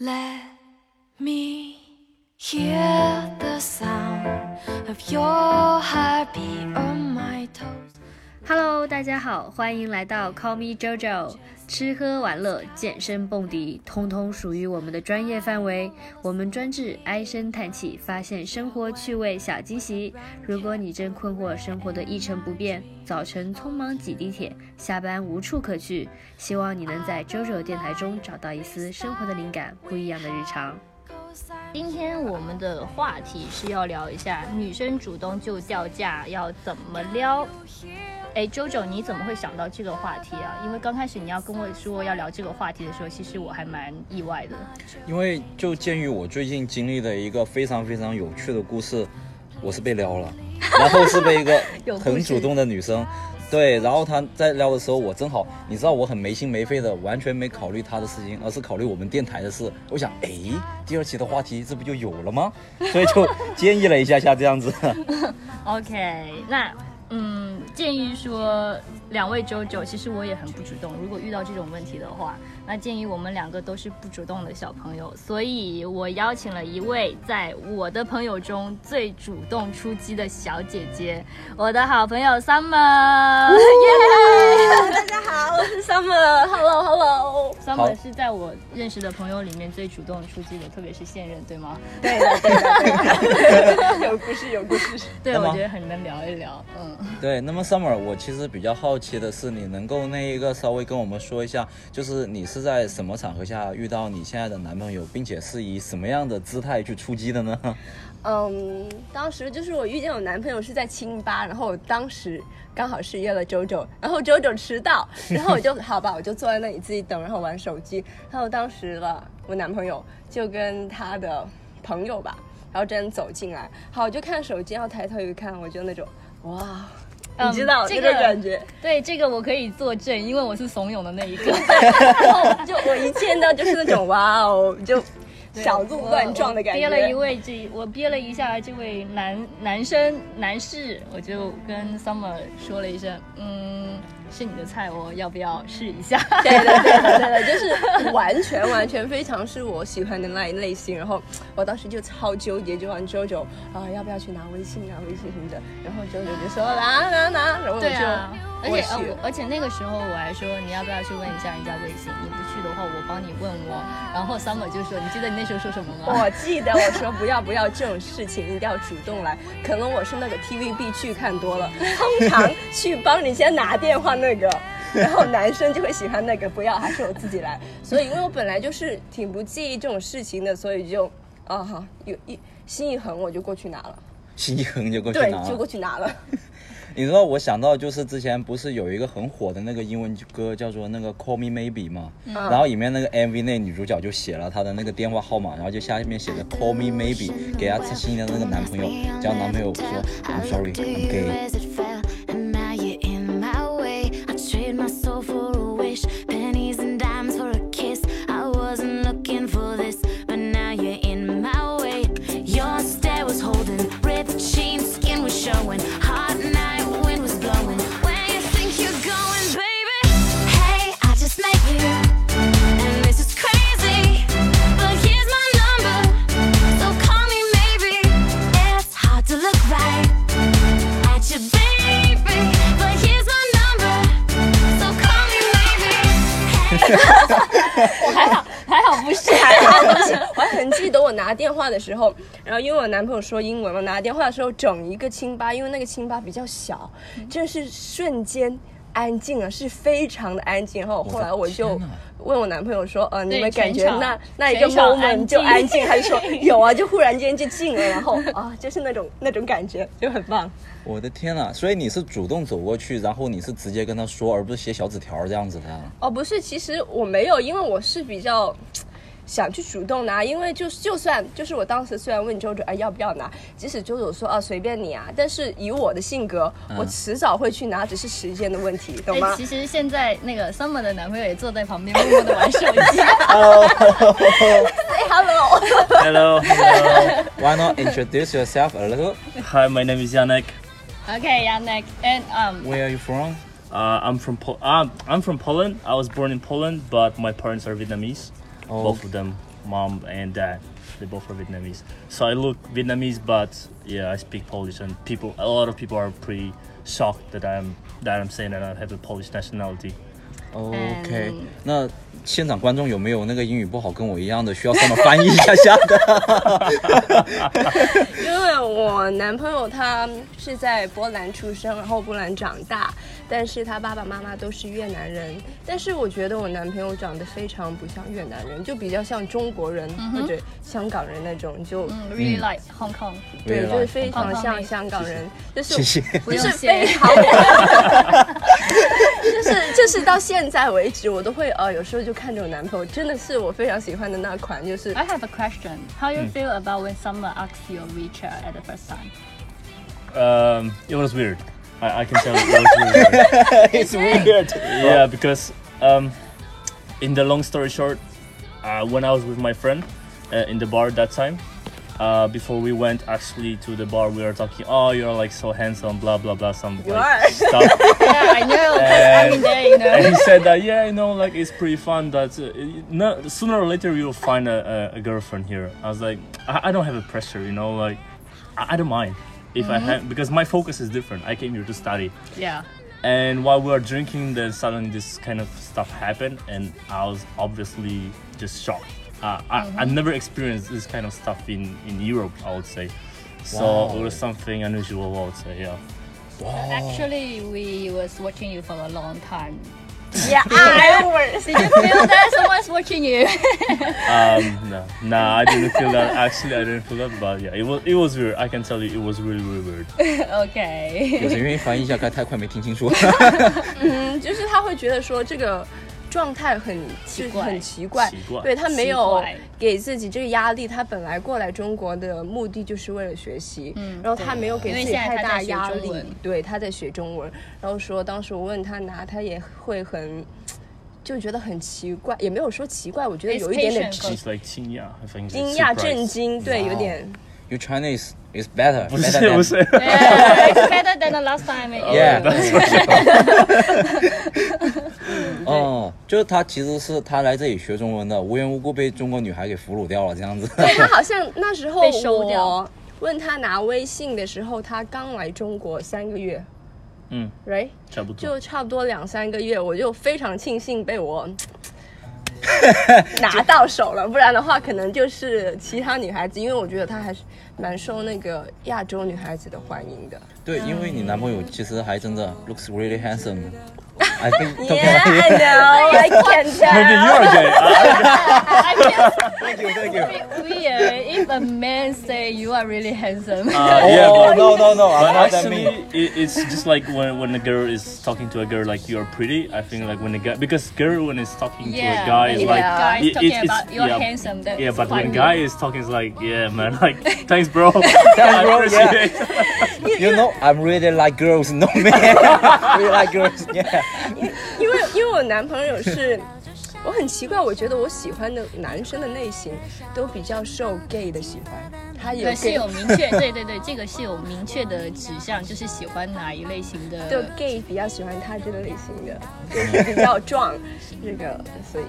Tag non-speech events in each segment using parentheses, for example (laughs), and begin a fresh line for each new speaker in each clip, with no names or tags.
Let me hear the sound of your heartbeat on my toes.
Hello，大家好，欢迎来到 Call Me JoJo。吃喝玩乐、健身蹦迪，通通属于我们的专业范围。我们专治唉声叹气，发现生活趣味小惊喜。如果你正困惑生活的一成不变，早晨匆忙挤地铁，下班无处可去，希望你能在 JoJo 电台中找到一丝生活的灵感，不一样的日常。
今天我们的话题是要聊一下女生主动就掉价要怎么撩。哎，JoJo，你怎么会想到这个话题啊？因为刚开始你要跟我说要聊这个话题的时候，其实我还蛮意外的。
因为就鉴于我最近经历的一个非常非常有趣的故事，我是被撩了，然后是被一个
(laughs) 有故
很
事
主动的女生，对，然后她在撩的时候，我正好，你知道我很没心没肺的，完全没考虑她的事情，而是考虑我们电台的事。我想，哎，第二期的话题这不就有了吗？所以就建议了一下下这样子。
OK，那嗯，建议说两位 JoJo，其实我也很不主动。如果遇到这种问题的话，那建议我们两个都是不主动的小朋友，所以我邀请了一位在我的朋友中最主动出击的小姐姐，我的好朋友 Summer。
(laughs) 大家好，我是 Summer，Hello Hello。
好
Summer 是在我认识的朋友里面最主动出击的，特别是现任，对吗？
对的对的对的，有故事有故事。
对，
那么
我觉得很能聊一聊。嗯，
对，那么 Summer，我其实比较好奇的是，你能够那一个稍微跟我们说一下，就是你是在什么场合下遇到你现在的男朋友，并且是以什么样的姿态去出击的呢？
嗯，当时就是我遇见我男朋友是在清吧，然后我当时刚好是约了周周，然后周周迟到，然后我就好吧，我就坐在那里自己等，然后玩手机。然后当时了，我男朋友就跟他的朋友吧，然后这样走进来，好，我就看手机，然后抬头一看，我就那种哇，
嗯
你知道、
这
这
个
个感觉。
对，这个我可以作证，因为我是怂恿的那一个。
就我一见到就是那种哇哦，就小鹿乱撞的
(laughs)
感觉。
憋了一位这，我憋了一下这位男男生男士，我就跟 Summer 说了一声，嗯，是你的菜哦，要不要试一下？
对的，对的，对的，就是完全完全非常是我喜欢的那一类型。然后我当时就超纠结，就问周周啊，要不要去拿微信啊，微信什么的。然后周周就说拿拿拿，然后
(laughs)
我
对
就、
啊，而且
我
呃
去
我而且那个时候我还说你要不要去问一下人家微信，你不去的话我帮你问我。然后 Summer 就说，你记得你那时候说什么吗？
(laughs) 我记得我说不要不要这种事情一定要主动来，可能我是那个 TVB 剧看多了，通常去帮人家拿电话
(laughs)
那个，然后男生就会喜欢那个，不要还是我自己来。所以因为我本来就是挺不介意这种事情的，所以就啊好有一心一横我就过去拿了，
心一横就过去
对
拿，
就过
了。
去拿了。
你知道我想到就是之前不是有一个很火的那个英文歌叫做那个 Call Me Maybe 嘛，然后里面那个 MV 那女主角就写了她的那个电话号码，然后就下面写着 Call Me Maybe 给她心仪的那个男朋友，叫男朋友说 I'm sorry I'm gay。
And now you're in my way. I trade my soul for a wish, pennies and dimes for a kiss. I wasn't looking for this, but now you're in my way. Your stare was holding, ripped jeans, skin was showing, hot night wind was blowing. Where you think you're going, baby? Hey, I just met you. And this is crazy, but here's my number. So call me maybe. It's hard to look right at your baby, but here's my number. So call me maybe. Hey,
还好不是，
还好不是， (laughs) 我还很记得我拿电话的时候，然后因为我男朋友说英文嘛，拿电话的时候整一个清吧，因为那个清吧比较小，
嗯
真是瞬间安静了，是非常的安静。然后后来我
我的
就
天哪
问我男朋友说，呃，你
对
们感觉
全场
那那一个
全场安
moment 就
静
安静？他就说有啊，就忽然间就静了，然后啊，就是那种那种感觉，就很棒。
我的天呐！所以你是主动走过去，然后你是直接跟他说，而不是写小纸条儿这样子的啊。
哦，不是，其实我没有，因为我是比较想去主动拿，因为就就算就是我当时虽然问周周哎要不要拿，即使周周说啊随便你啊，但是以我的性格，我迟早会去拿，只是时间的问题，懂
哎，
吗
其？实现在那个 Summer 的男朋友也坐在旁边默默的玩手机。
哎，hello，
Hello, hello.
Why not introduce yourself a little?
Hi, my name is Yannick.
OK，y a n i k and um，
Where are you from?
Uh, I'm from po- I'm, I'm from Poland. I was born in Poland, but my parents are Vietnamese.
Oh.
Both of them. mom and dad. They both are Vietnamese, so I look Vietnamese, but yeah, I speak Polish, and people, a lot of people are pretty shocked that I'm that I'm saying that I have a Polish nationality.
OK，
嗯
那现场观众有没有那个英语不好跟我一样的，需要上面翻译一下下的？
因为我男朋友他是在波兰出生，然后波兰长大，但是他爸爸妈妈都是越南人。但是我觉得我男朋友长得非常不像越南人，就比较像中国人或者香港人那种，就
嗯，really like Hong Kong，
对，
Really
就
like
是非
Hong
常
Kong
像香港人，就是
谢谢。
不
就
用
是
谢
非。
(laughs)
常，就是就是到现在为止，我都会呃，有时候就看着我男朋友，真的是我非常喜欢的那款，就是
I have a question. How
Hmm.
you feel about when someone asks you a WeChat at the first time?
Um, it was weird. I, I can tell it was weird.
(laughs) It's weird.
yeah because um, in the long story short uh, when i was with my friend uh, in the bar that time uh, before we went actually to the bar we were talking oh you're like so handsome blah blah blah some
You
like,
are. (laughs)
stuff
(laughs) Yeah, I
(laughs)
know.
And-
I'm there, you know.
and he said that yeah you know like it's pretty fun that uh, you- no, sooner or later you'll find a, a, a girlfriend here i was like I, I don't have a pressure you know like i, I don't mind if i have because my focus is different i came here to study
(laughs) Yeah.
and while we were drinking, then suddenly this kind of stuff happened, and I was obviously just shocked. Uh, I, I never experienced this kind of stuff in, in Europe, I would say. So
Wow.
it was something unusual, I would say, yeah. Oh.
Actually, we was watching you for a long time.
yeah I was
Did you feel (laughs) that someone's watching you?
Um, no, nah, I didn't feel that. Actually, I didn't feel that, but yeah, it was it was weird. I can tell you, it was really really weird.
okay.
有谁愿意翻译一下？刚才太快没听清楚。
嗯，就是他会觉得说这个状态很
奇
是
怪
很奇怪，
奇怪
对他没有
奇怪
给自己这个压力。他本来过来中国的目的就是为了学习，
嗯
然后他没有给
因为
自己
现在
太
他
大
在学
压
中
力
文，
对，他在学中文。然后说当时我问他拿，他也会很。就觉得很奇怪，也没有说奇怪，我觉得
It's
有一点点
patient.
She's like 惊讶, I think.
惊讶、
surprised.
震惊，对，有点
Your Chinese is better.
不是-
better than-
不是。
(laughs) Yeah, it's better than the last time. it
(laughs)
Yeah，
is.
(laughs) 哦，就是他其实是他来这里学中文的，无缘无故被中国女孩给俘虏掉了，这样子。
对他好像那时候
被收掉
我问他拿微信的时候，他刚来中国三个月，
嗯
，right，
差不多。
就差不多两三个月，我就非常庆幸被我拿到手了，不然的话可能就是其他女孩子，因为我觉得她还是蛮受那个亚洲女孩子的欢迎的。
对，因为你男
嗯
朋友其实还真的 looks really
(laughs)
handsome。I think
哎 I know, I can
Maybe
tell.
you're gay. I-
I feel
Thank you, thank you.
so weird if a man say you are really handsome.
uh,
Oh,
yeah, but
no, no, no. I'm
But
not that
actually,
mean.
it, it's just like when, when a girl is talking to a girl like you're pretty. I think like when a guy because girl when is talking to a guy is
if
like
a guy is
it-
talking
it's-
about you're
yeah,
handsome, that's
Yeah, but when
funny.
guy is talking, it's like yeah, man, (laughs) like thanks, bro. (laughs) I
bro,
appreciate it.
You know, I'm really like girls, no man. (laughs) really like girls. Yeah.
因为因为我男朋友是，我很奇怪，我觉得我喜欢的男生的类型都比较受 gay 的喜欢，他有
对，是
gay
有明确，对对对，这个是有明确的指向，就是喜欢哪一类型 (laughs) 的。
就 gay 比较喜欢他这个类型 (laughs) 的，就是比较壮，这个所以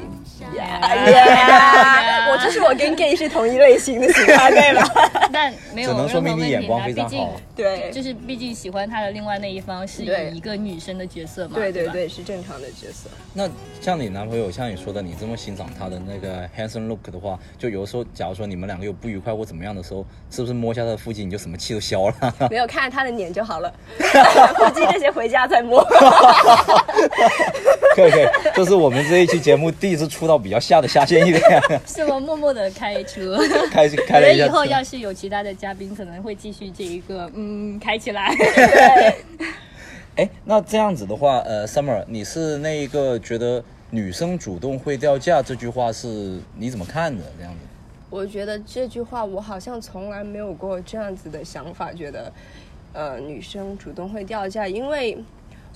哎
我就是我跟 gay 是同一类型的喜 (laughs) 欢，对吧？
但没有
只能
任
说
何
明
问
你
题
眼光
啊
非
毕
常
竟
好
对
就是毕竟喜欢他的另外那一方是
对
以一个女生的角色嘛，
对对
吧，
对，是正常的角色。
那像你男朋友，像你说的，你这么欣赏他的那个 handsome look 的话，就有的时候，假如说你们两个有不愉快或怎么样的时候，是不是摸一下他的腹肌，你就什么气都消了？ (laughs)
没有看着他的脸就 (laughs) 好了，腹肌这些回家再摸。
可以可以，这是我们这一期节目第一次出到比较下的下限一点， (laughs)
是我默默的开出。
开始
可
(laughs) 开了
能
一
以
下。
后要是有其他的嘉宾，可能会继续这一个，嗯，开起
(laughs)
来。
哎，那这样子的话，呃，Summer，你是那一个觉得女生主动会掉价这句话是你怎么看的？这样子？
我觉得这句话我好像从来没有过这样子的想法，觉得呃女生主动会掉价，因为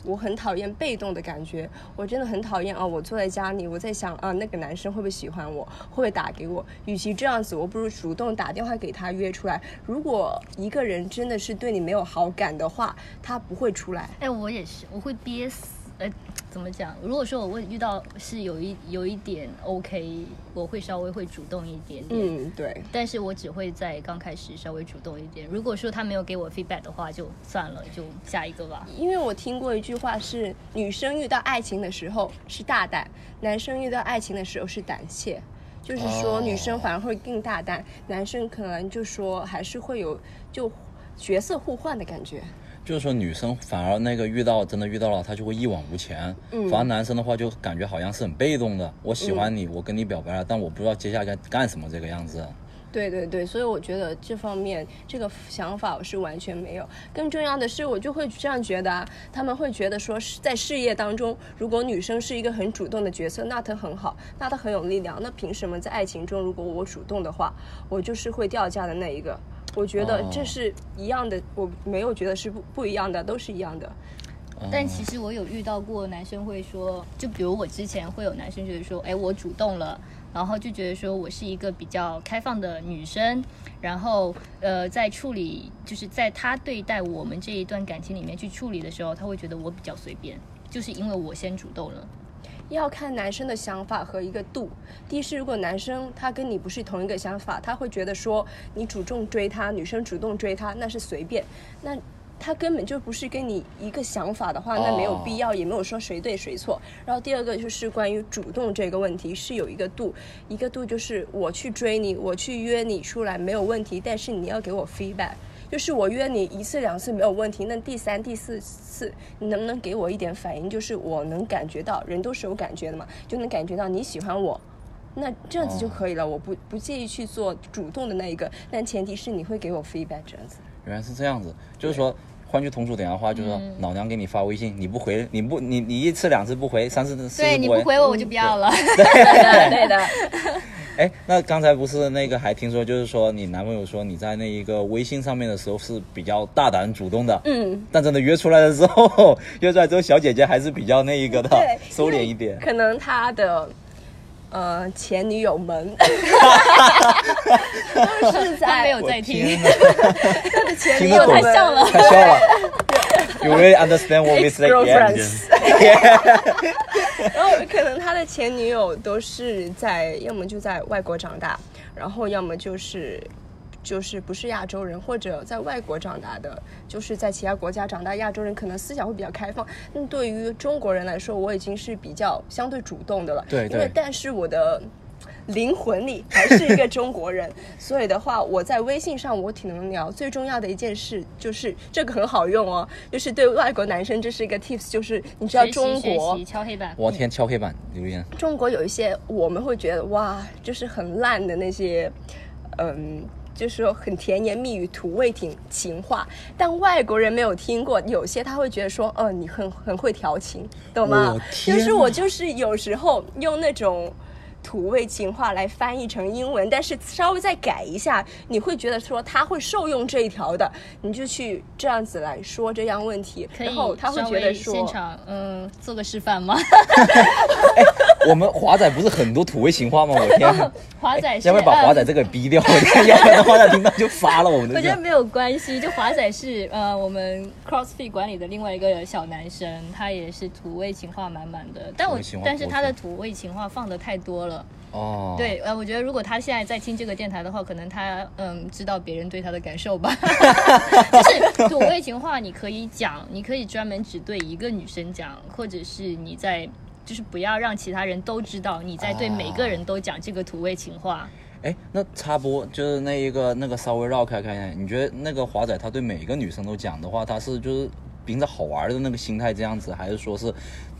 我很讨厌被动的感觉，我真的很讨厌啊、我坐在家里，我在想啊、那个男生会不会喜欢我，会不会打给我？与其这样子，我不如主动打电话给他约出来。如果一个人真的是对你没有好感的话，他不会出来。
哎，我也是，我会憋死。呃，怎么讲？如果说我问遇到是有一有一点 OK，我会稍微会主动一点点。
嗯，对，
但是我只会在刚开始稍微主动一点。如果说他没有给我 feedback 的话，就算了，就下一个吧。
因为我听过一句话是，女生遇到爱情的时候是大胆，男生遇到爱情的时候是胆怯。就是说，
哦
女生反而会更大胆，男生可能就说还是会有就角色互换的感觉。
就是说女生反而那个遇到真的遇到了，她就会一往无前，
嗯
反而男生的话就感觉好像是很被动的。我喜欢你，我跟你表白了，但我不知道接下来该干什么这个样子。啊
对对对，所以我觉得这方面这个想法我是完全没有。更重要的是，我就会这样觉得啊，他们会觉得说是在事业当中，如果女生是一个很主动的角色，那她很好，那她很有力量。那凭什么在爱情中，如果我主动的话，我就是会掉价的那一个？我觉得
哦
这是一样的，我没有觉得是不不一样的，都是一样的。
但其实我有遇到过男生会说，就比如我之前会有男生觉得说，哎，我主动了，然后就觉得说我是一个比较开放的女生，然后呃，在处理就是在他对待我们这一段感情里面去处理的时候，他会觉得我比较随便，就是因为我先主动了。
要看男生的想法和一个度。第一是，如果男生他跟你不是同一个想法，他会觉得说你主动追他，女生主动追他那是随便，那他根本就不是跟你一个想法的话，那没有必要，也没有说谁对谁错。然后第二个就是关于主动这个问题是有一个度，一个度就是我去追你，我去约你出来没有问题，但是你要给我 feedback。就是我约你一次两次没有问题，那第三、第四次你能不能给我一点反应？就是我能感觉到，人都是有感觉的嘛，就能感觉到你喜欢我，那这样子就可以了。我不不介意去做主动的那一个，但前提是你会给我 feedback 这样子。
原来是这样子，就是说，换句同属点的话，就是说，老娘给你发微信，你不回，你不你你一次两次不回，三次四次不回。
我，我就不要了。
对的，
哎，那刚才不是那个还听说，就是说你男朋友说你在那一个微信上面的时候是比较大胆主动的，
嗯，
但真的约出来的时候， (laughs) 约出来之后，小姐姐还是比较那一个的
对，
收敛一点。
可能他的。呃，前女友们都是在
他没有 (laughs) 在听，(laughs)
他的前女
听
友
得
(laughs)
懂
们，他笑了，
太笑了。You really understand what we say? Yeah. (laughs)
Ex-girlfriends然后 (laughs) 可能他的前女友都是在，要么就在外国长大，然后要么就是就是不是亚洲人，或者在外国长大的，就是在其他国家长大。亚洲人可能思想会比较开放，那对于中国人来说，我已经是比较相对主动的了。
对
因为
对
但是我的。灵魂里还是一个中国人，所以的话，我在微信上我挺能聊。最重要的一件事就是这个很好用哦，就是对外国男生这是一个 tips，就是你知道
学习
中
学
国
习敲黑板。
我天，敲黑板留言，
中国有一些我们会觉得哇，就是很烂的那些，嗯，就是说很甜言蜜语、土味情情话，但外国人没有听过，有些他会觉得说，嗯、你很很会调情，懂吗
我？
就
哦天
是我
哪
就是有时候用那种。土味情话来翻译成英文，但是稍微再改一下，你会觉得说他会受用这一条的，你就去这样子来说这样问题，
可以
然后他会
稍
觉得
微
说，
现场嗯做个示范 (laughs) 吗？
我们华仔不是很多土味情话吗？我天，哎
华仔是嗯
要不要把华仔这个逼掉？ (laughs) 我天，要不然华仔听到就发了我们
我
的
觉
这
得。没有关系，就华仔是呃我们 CrossFit 管理的另外一个小男生，他也是土味情话满满的，但
土
我
味情话
但是
博
他
主
的土味情话放的太多了。
哦，
对，呃，我觉得如果他现在在听这个电台的话，可能他嗯知道别人对他的感受吧。就是土味情话，你可以讲，你可以专门只对一个女生讲，或者是你在。就是不要让其他人都知道你在对每个人都讲这个土味情话。
哎，那插播就是那一个那个稍微绕开看一下，你觉得那个华仔他对每一个女生都讲的话，他是就是秉着好玩的那个心态这样子，还是说是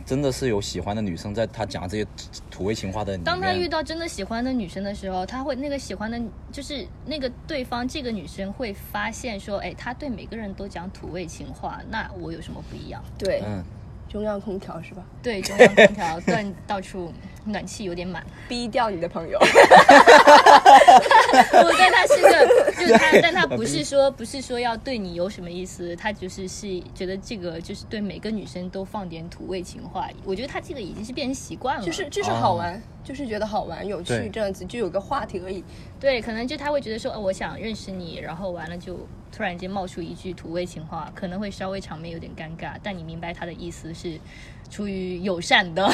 真的是有喜欢的女生在他讲这些土味情话的里面？
当他遇到真的喜欢的女生的时候，他会那个喜欢的，就是那个对方这个女生会发现说，哎，他对每个人都讲土味情话，那我有什么不一样？
对，
嗯，
中央空调是吧？
对，中央空调断到处暖气有点满。
逼掉你的朋友。
不，但他是个，就是他，但他不是说不是说要对你有什么意思，他就是是觉得这个就是对每个女生都放点土味情话。我觉得他这个已经是变成习惯了，
就是就是好玩，就是觉得好玩有趣
哦对
这样子，就有个话题而已。 (laughs)
对，可能就他会觉得说，哦，我想认识你，然后完了就突然间冒出一句土味情话，可能会稍微场面有点尴尬，但你明白他的意思是，出于友善的，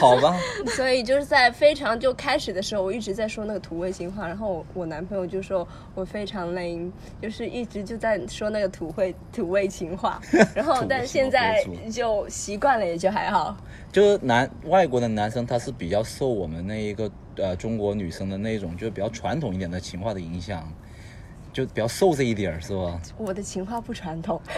好吧， (laughs)
所以就是在非常就开始的时候，我一直在说那个土味情话，然后我我男朋友就说我非常 lame，就是一直就在说那个土味土味
(laughs)
情话，然
土
后
味情话
但现在
没错
就习惯了，也就还好。
就是男外国的男生他是比较受我们那一个呃中国女生的那种就是比较传统一点的情话的影响，就比较受这一点儿是吧？
我的情话不传统，
(laughs)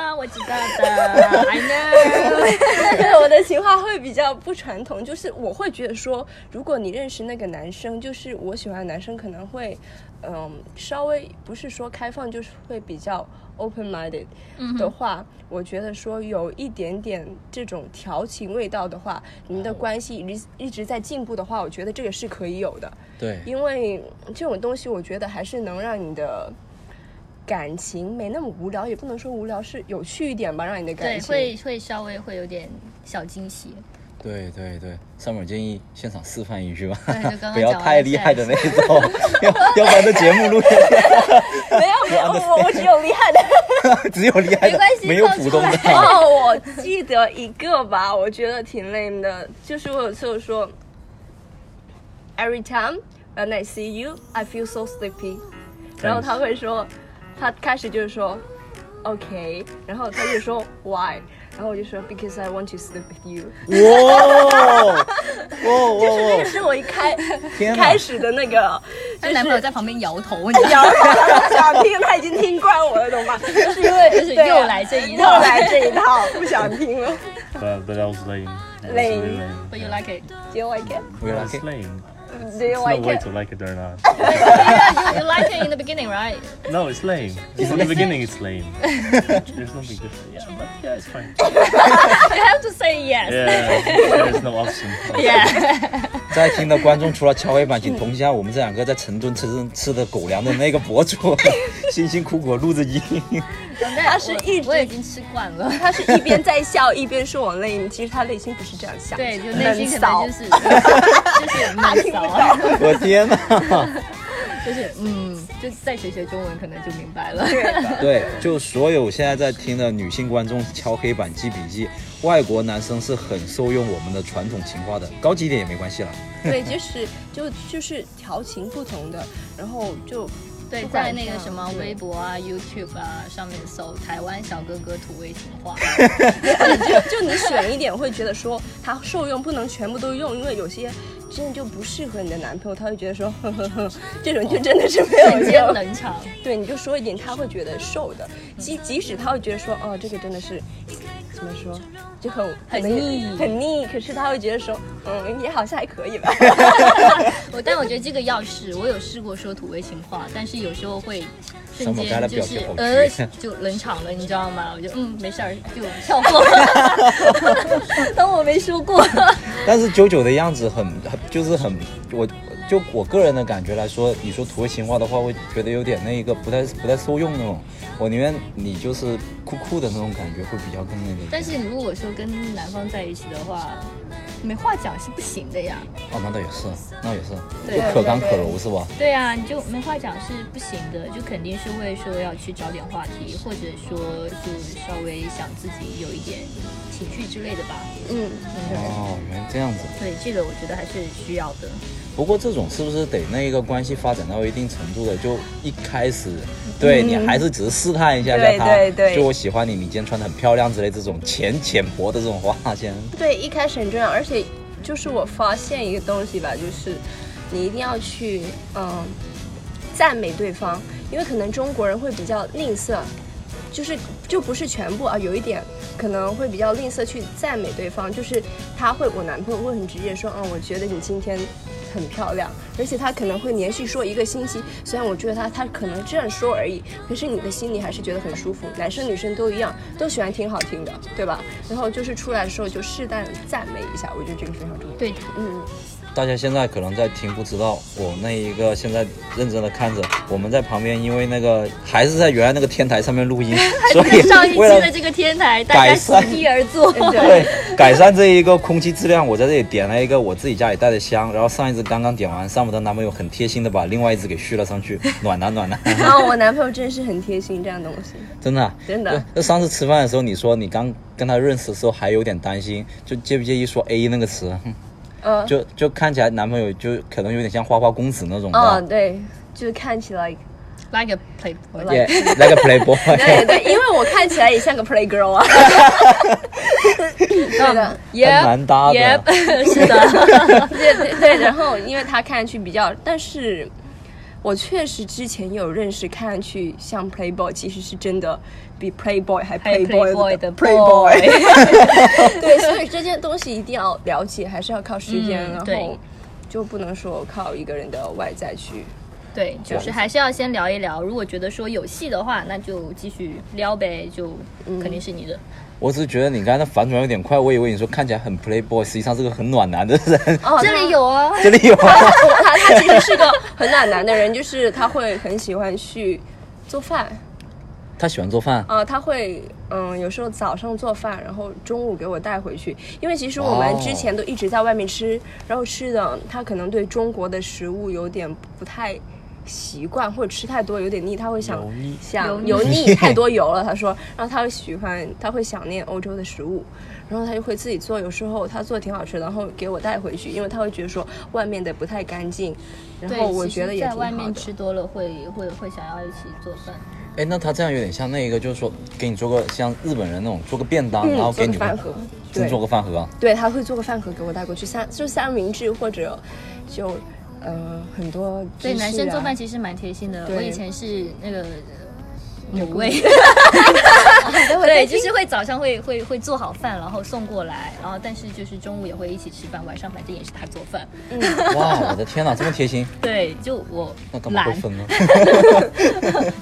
啊，我知道 (laughs) 的，I know。
(laughs) 我的情话会比较不传统，就是我会觉得说，如果你认识那个男生，就是我喜欢的男生，可能会，嗯，稍微不是说开放，就是会比较 open minded
嗯
的话，我觉得说有一点点这种调情味道的话，你们的关系一直一直在进步的话，我觉得这个是可以有的，
对，
因为这种东西，我觉得还是能让你的。感情没那么无聊，也不能说无聊，是有趣一点吧，让你的感
对，
情
会会稍微会有点小惊喜。
对对对，上面建议现场示范一句吧
对就刚，刚
(laughs) 不要
讲完
太
了
厉害的那一种，要要不然这节目录
没有没有， (laughs) 我我只有厉害的。
只有厉害
没
的
关系，
(laughs) 没有
放
普
出
通
来
的。
(laughs) 哦， (laughs) 我记得一个吧，我觉得挺 lame 的，就是我有次我说，Every time when I see you, I feel so sleepy，然后他会说，他开始就是说，OK，然后他就说 Why，然后我就说 Because I want to sleep with you，
哇哇哇哇！
是我一开
天哪
开始的那个，
她
就是
男朋友在旁边摇头，你知道吗？
摇头，他不想听，他已经听惯我了，懂吗？就是因为
就是
对啊
又来这一
又
套
来这一套，不想听了。
But, but that was lame. That was
Lame.
really lame.
But you like it.
(laughs) Do you like it?
We
Yeah,
like
it's
it.
lame.
Do you
There's
like
no way
it?
to like it or not.
(laughs) Yeah, you, you like it in the beginning, right? (laughs)
No, it's lame. From the beginning, it's lame. There's no big difference. Yeah, but yeah, it's fine.
You have to say yes.
Yeah, there's no option.
(laughs) Yeah.
在听的观众除了敲黑板，请同一下我们这两个在成都吃吃的狗粮的那个博主， (laughs) 辛辛苦苦录着音。
他
是一直
(laughs) 我已经吃惯了。
他是一边在笑，一边说我累，你其实他内心不是这样想。
对，就内心可能
很骚
就。是 (laughs) 就是闷骚 (laughs) 啊，
我天哪！
就是嗯，就再学学中文可能就明白了。
对，就所有现在在听的女性观众敲黑板记笔记，外国男生是很受用我们的传统情话的，高级一点也没关系啦。
对，就是就就是调情不同的，然后就
对，
不
在
管
那个
像
什么微博啊、YouTube 啊上面搜“台湾小哥哥土味情 (laughs) 话
呃就就你选一点，会觉得说他受用，不能全部都用，因为有些真的就不适合你的男朋友，他会觉得说呵呵呵，这种就真的是没”，有
瞬间
用。
冷场。
对，你就说一点，他会觉得受的，即即使他会觉得说哦，这个真的是怎么说，就很
很
能
腻
很腻，可是他会觉得说嗯，也好像还可以吧。
我但我觉得这个要试，我有试过说土味情话，但是有时候会瞬
小马该
间
来
就
表
是
情好
呃
吃
(laughs) 就冷场了，你知道吗？我就嗯没事儿就跳 (laughs) 过，当我没说过。 (laughs)
但是九九的样子很很就是很我就我个人的感觉来说，你说土味情话的话，我觉得有点那个不太不太受用那种，我宁愿你就是酷酷的那种感觉会比较更那个。
但是如果说跟男方在一起的话，没话讲是不行的呀。
哦，那倒也是，那也是，
对
就可刚可柔是吧？
对啊，你就没话讲是不行的，就肯定是会说要去找点话题，或者说就稍微想自己有一点情绪之类的吧。
嗯，
哦，原来这样子。
对，这个我觉得还是需要的。
不过这种是不是得那个关系发展到一定程度的，就一开始对、你还是只是试探一下下
对
他，
对对
就我喜欢你，你今天穿的很漂亮之类这种浅浅薄的这种话先。
(laughs) 对，一开始很重要，而且就是我发现一个东西吧，就是你一定要去嗯、赞美对方，因为可能中国人会比较吝啬，就是就不是全部啊，有一点可能会比较吝啬去赞美对方，就是他会我男朋友会很直接说，嗯，我觉得你今天。很漂亮，而且他可能会连续说一个星期。虽然我觉得他他可能这样说而已，可是你的心里还是觉得很舒服。男生女生都一样，都喜欢听好听的，对吧？然后就是出来的时候就适当地赞美一下，我觉得这个非常重要。
对，
嗯，
大家现在可能在听，不知道我那一个现在认真的看着，我们在旁边，因为那个还是在原来那个天台上面录音，所以
上一期
为
的 (laughs)
了
这个天台，大家
改
席
善
地而坐。
(laughs) 对改善这一个空气质量，我在这里点了一个我自己家里带的香，然后上一支刚刚点完，上午的男朋友很贴心的把另外一支给续了上去，暖男暖男， (laughs)
然后我男朋友真的是很贴心这样东西，
真的啊
真的
对那上次吃饭的时候，你说你刚跟他认识的时候还有点担心，就介不介意说 A 那个词，
嗯
就就看起来男朋友就可能有点像花花公子那种的。
嗯，对，就是看起来，
Like a play，
也 like a playboy，
(laughs) 对对，因为我看起来也像个
(laughs)
playgirl 啊，对的，
很难搭的。 (laughs)
yep，是的，
对对对，然后因为他看上去比较，但是我确实之前有认识，看上去像 playboy，其实是真的比 playboy 还
还
playboy
playboy 的
playboy。
(laughs)
对，所以这件东西一定要了解，还是要靠时间，
嗯
然
对
后就不能说靠一个人的外在去。 (laughs)
对，就是还是要先聊一聊。如果觉得说有戏的话，那就继续撩呗，就肯定是你的。
(laughs) 我只是觉得你刚才那反转有点快，我以为你说看起来很 playboy，实际上是个很暖男的人。
哦，
这
那
里有啊，
(laughs) 这里有吗，
他他其实是个很暖男的人，就是他会很喜欢去做饭。
(laughs) 他喜欢做饭，啊
呃，他会嗯，有时候早上做饭，然后中午给我带回去，因为其实我们
哦
之前都一直在外面吃，然后吃的他可能对中国的食物有点不太习惯，或者吃太多有点腻，他会想
油腻
想
油腻
油腻太多油了，
(laughs)
他说，然后他会喜欢，他会想念欧洲的食物，然后他就会自己做，有时候他做得挺好吃的，然后给我带回去，因为他会觉得说外面的不太干净，然
对，
后我
其实
觉得也挺
在外
好
面
的。
吃多了会会会想要一起做饭。
哎，那他这样有点像那一个，就是说给你做个像日本人那种做个便当，
嗯
然后给你
做个饭盒
真
对
做个饭盒啊。
对，他会做个饭盒给我带过去，三就是三明治或者就呃很多、芝
对，男
士
生做
啊 (laughs)
饭其实蛮贴心的。
对
我以前是那个呃母 (laughs) 喂，对，就是会早上会会会做好饭，然后送过来，然后但是就是中午也会一起吃饭，晚上反正也是他做饭。
哇，我的天哪，这么贴心，
对，就我
那干嘛
懒
会，分呢？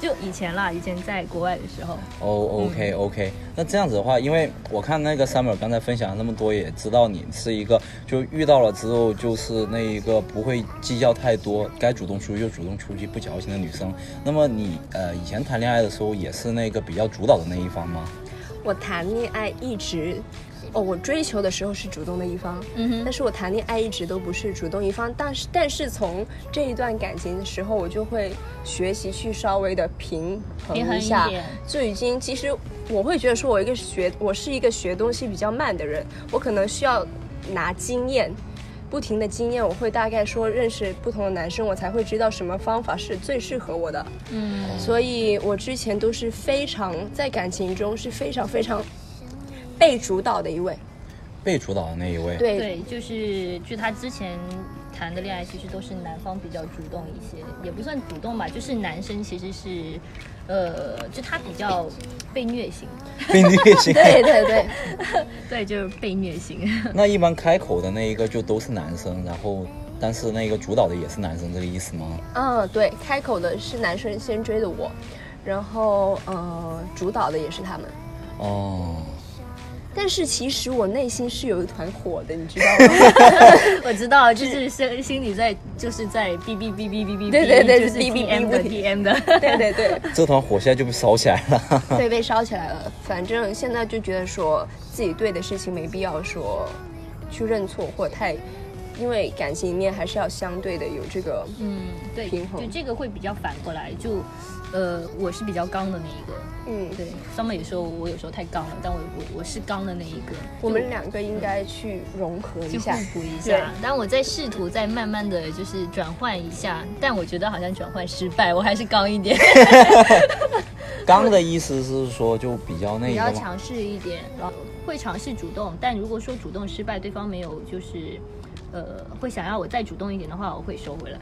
就以前啦，以前在国外的时候，嗯
哦、o k OK，那这样子的话，因为我看那个 Summer 刚才分享了那么多，也知道你是一个就遇到了之后就是那一个不会计较太多，该主动出击就主动出击，不矫情的女生。那么你呃以前谈恋爱的时候也是那个比较主导的那一方吗？
我谈恋爱一直。哦，我追求的时候是主动的一方，
嗯哼
但是我谈恋爱一直都不是主动一方，但是但是从这一段感情的时候，我就会学习去稍微的平
平衡
衡
一
下，
点
就已经其实我会觉得说，我一个学我是一个学东西比较慢的人，我可能需要拿经验，不停的经验，我会大概说认识不同的男生，我才会知道什么方法是最适合我的。
嗯，
所以我之前都是非常在感情中是非常非常被主导的一位。
被主导的那一位。
对，
对，就是据他之前谈的恋爱，其实都是男方比较主动一些，也不算主动吧，就是男生其实是，呃，就他比较被虐型，
(laughs) 被虐型。
对对对， (laughs)
对，就是被虐型。
那一般开口的那一个就都是男生，然后但是那个主导的也是男生，这个意思吗？
嗯，对，开口的是男生先追的我，然后呃，主导的也是他们。
哦。
但是其实我内心是有一团火的，你知道
(laughs)
吗？
我知道，就是心心里在就是在哔哔哔哔哔哔，
对对对
就是是
哔哔
DM
哔
的
哔嗯
DM 的。
对对
(laughs)
对，
这团火现在就被烧起来了。
对，被烧起来了。反正现在就觉得说自己对的事情没必要说去认错或太，因为感情里面还是要相对的有这个
嗯，对，
平衡
就这个会比较反过来，就呃，我是比较刚的那一个。
嗯，
对，summer 有时候我有时候太刚了，但我我我是刚的那一个。
我们两个应该去融合一
就
下
互。补一
对
下，但我在试图在慢慢的就是转换一下，但我觉得好像转换失败，我还是刚一点，
刚的意思是说就比较那
比
个
较
吗？
强势一点，然后会尝试主动，但如果说主动失败，对方没有就是，呃，会想要我再主动一点的话，我会收回来。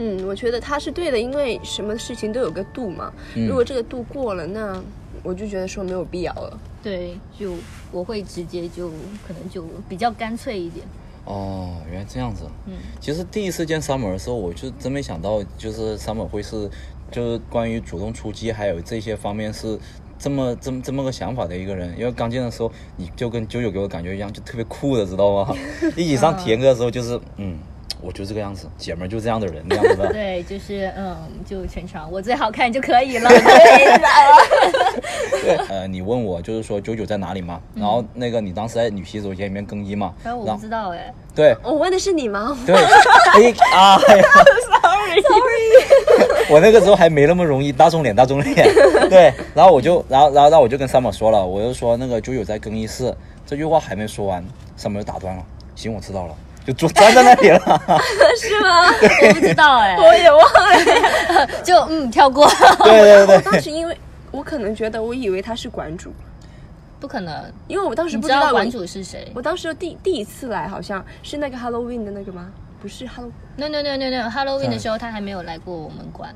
嗯，我觉得他是对的，因为什么事情都有个度嘛。
嗯
如果这个度过了，那我就觉得说没有必要了。
对，就我会直接就可能就比较干脆一点。
哦，原来这样子。
嗯，
其实第一次见 Summer 的时候，我就真没想到，就是 Summer 会是，就是关于主动出击还有这些方面是这么这么这么个想法的一个人。因为刚见的时候， (laughs) 你就跟九九给我感觉一样，就特别酷的，知道吗？一起上体验课的时候，就是嗯，我就这个样子，姐们儿就这样的人，那样子
(laughs)
的。
对，就是嗯，就全场我最好看就可以了。
对，呃，你问我就是说九九在哪里嘛？然后那个你当时在女洗手间里面更衣嘛？
嗯反正我
然
不
后
知道哎，
对
哦我问的是你吗？
(laughs)
对，哎啊哎呀，sorry，我那 (laughs) 个时候还没那么容易，大众脸大
(laughs)
众脸。对，然后我就，然后然后然后我就跟 summer 说了，我就说那个九九在更衣室，这句话还没说完，summer 就打断了，行，我知道了。就坐站在那里了，
(laughs) 我不知道哎，
我也忘 (laughs) 了。
就嗯跳过，(laughs)
对对对
当时因为我可能觉得，我以为他是馆主，
不可能。
因为我当时
你
不
知
知道
道
我
馆主是谁
我当时第第一次来，好像是那个 Halloween 的那个吗？不是 Halloween，
？No No No No No，Halloween
嗯
的时候他还没有来过我们馆，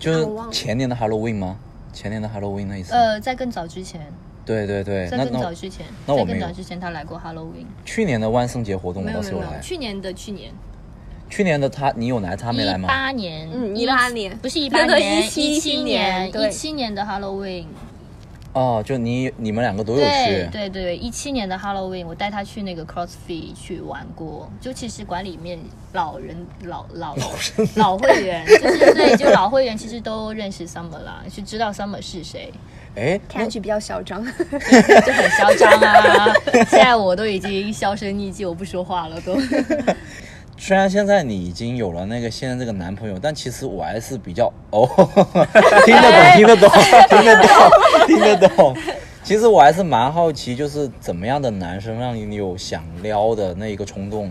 就是
啊我忘了
前年的 Halloween 吗？前年的 Halloween 那一次，
呃，在更早之前，
对对对，
在
那
更
那
早
我
之前，
那
在
我
更
没有
早之前他来过 Halloween，
去年的万圣节活动我
没有
倒
没
是
有
有
没有，
来，
去年的去年。
去年的他你有来，他没来
一
吗？
八年，
嗯18年
不是一八
那个
年，
17
七
年对
一七年的 Halloween，
哦，就你你们两个都有
对
去，
对对，一七年的 Halloween，我带他去那个 CrossFit 去玩过，就其实馆里面老人老老老会
(laughs)
员，就是对，就老会员其实都认识 Summer 啦，就知道 Summer 是谁，
哎，
看上去比较嚣张。
就很嚣张
(laughs)
啊。现在我都已经销声匿迹，我不说话了都。
虽然现在你已经有了那个现在这个男朋友，但其实我还是比较哦， (laughs) 听得懂，听得 (laughs) 懂，听得懂，听得懂。其实我还是蛮好奇，就是怎么样的男生让你有想撩的那一个冲 (laughs) 动？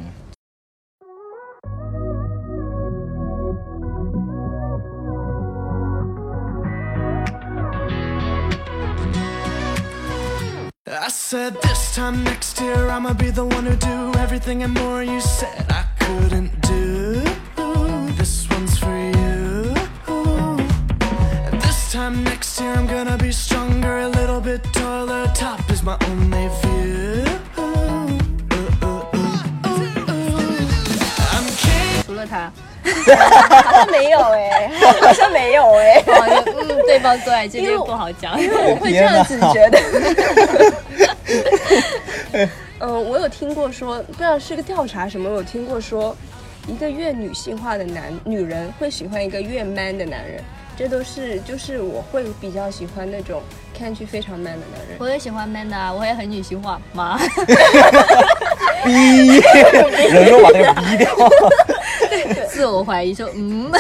I said this time next year I'ma be the one who do everything and more you said I couldn't do. This one's for you. This time next year I'm gonna be stronger, a little bit taller. Top is my only view. I'm king.
除了他，
(laughs) 他没有哎、好像没有哎、
不好意思嗯，对方坐在这边不好讲。
我会这样子觉得。 (laughs) 嗯，我有听过说，不知道是个调查什么，有听过说，一个越女性化的男女人会喜欢一个越 man 的男人，这都是就是我会比较喜欢那种看上去非常 man 的男 (laughs) 人。
(laughs) 我也喜欢 man 的啊，我也很女性化嘛。
逼，人肉把那个逼掉。
(laughs) 自我怀疑说，嗯，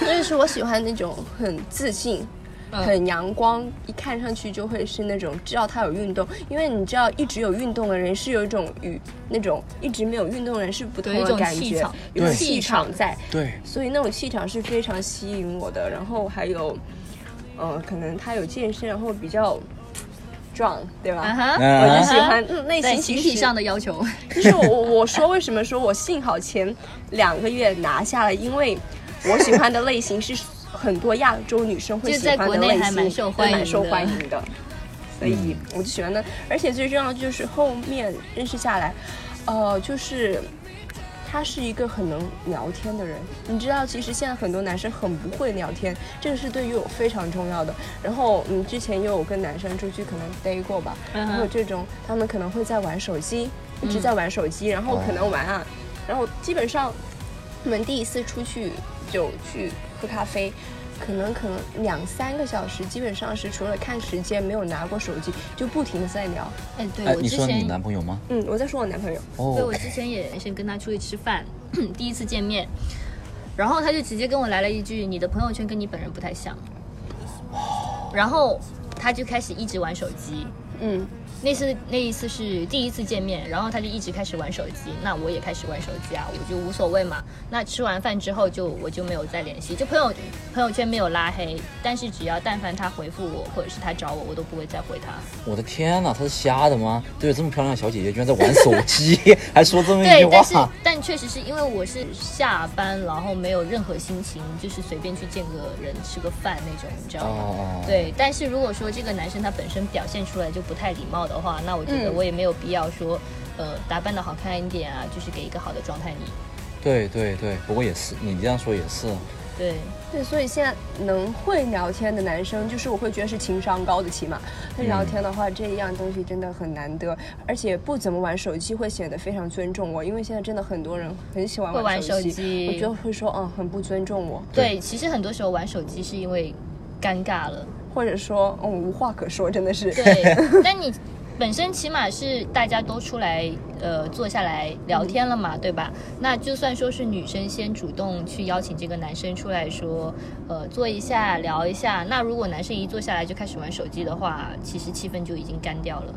所以说我喜欢那种很自信。很阳光，一看上去就会是那种知道他有运动，因为你知道一直有运动的人是有一种与那种一直没有运动的人是不同
有一
的
种
感
气
觉
场，
有
对
气场在，
对，
所以那种气场是非常吸引我的。然后还有，呃，可能他有健身，然后比较壮，对吧？
啊哈，
我
嗯，
就喜欢嗯内
在
心
形 (laughs)
其
体
实
上的要求，
就是我我我说为什么说我幸好前两个月拿下了，因为我喜欢的类型是很多亚洲女生会
就
喜
在
欢的
国内
类型，
还蛮受
对
欢迎
蛮受
的
欢迎的。所以我就喜欢的，而且最重要的就是后面认识下来，呃，就是他是一个很能聊天的人。你知道，其实现在很多男生很不会聊天，这个是对于我非常重要的。然后，嗯，之前也有跟男生出去可能待过吧，
嗯哼
然后这种他们可能会在玩手机，一直在玩手
嗯
机，然后可能玩啊，然后基本上我们第一次出去就去喝咖啡。可能可能两三个小时，基本上是除了看时间，没有拿过手机，就不停的在聊。
哎，对
哎，
我
你
之
说你男
前，
朋友吗？
嗯，我在说我男朋友，
对
哦
我，之前也是跟他出去吃饭， (clears throat) 第一次见面，然后他就直接跟我来了一句：“你的朋友圈跟你本人不太像。”然后他就开始一直玩手机。
嗯，
那次那一次是第一次见面，然后他就一直开始玩手机，那我也开始玩手机啊，我就无所谓嘛。那吃完饭之后就我就没有再联系，就朋友朋友圈没有拉黑，但是只要但凡他回复我或者是他找我，我都不会再回他。
我的天呐，他是瞎的吗？对，这么漂亮的小姐姐居然在玩手机， (laughs) 还说这么一句
对，但是
话。
但确实是因为我是下班，然后没有任何心情，就是随便去见个人吃个饭那种，你知道吗？
哦，
对，但是如果说这个男生他本身表现出来就不太礼貌的话，那我觉得
嗯
我也没有必要说，呃，打扮的好看一点啊，就是给一个好的状态你。
对对对，不过也是，你这样说也是，
对，
对，所以现在能会聊天的男生，就是我会觉得是情商高的，起码会
嗯
聊天的话，这一样东西真的很难得，而且不怎么玩手机会显得非常尊重我，因为现在真的很多人很喜欢
会玩
手
手机
我就会说，嗯，很不尊重我，
对其实很多时候玩手机是因为尴尬了。
或者说，嗯，无话可说，真的是。
对，但你本身起码是大家都出来呃坐下来聊天了嘛，对吧？那就算说是女生先主动去邀请这个男生出来说，呃，坐一下聊一下。那如果男生一坐下来就开始玩手机的话，其实气氛就已经干掉了。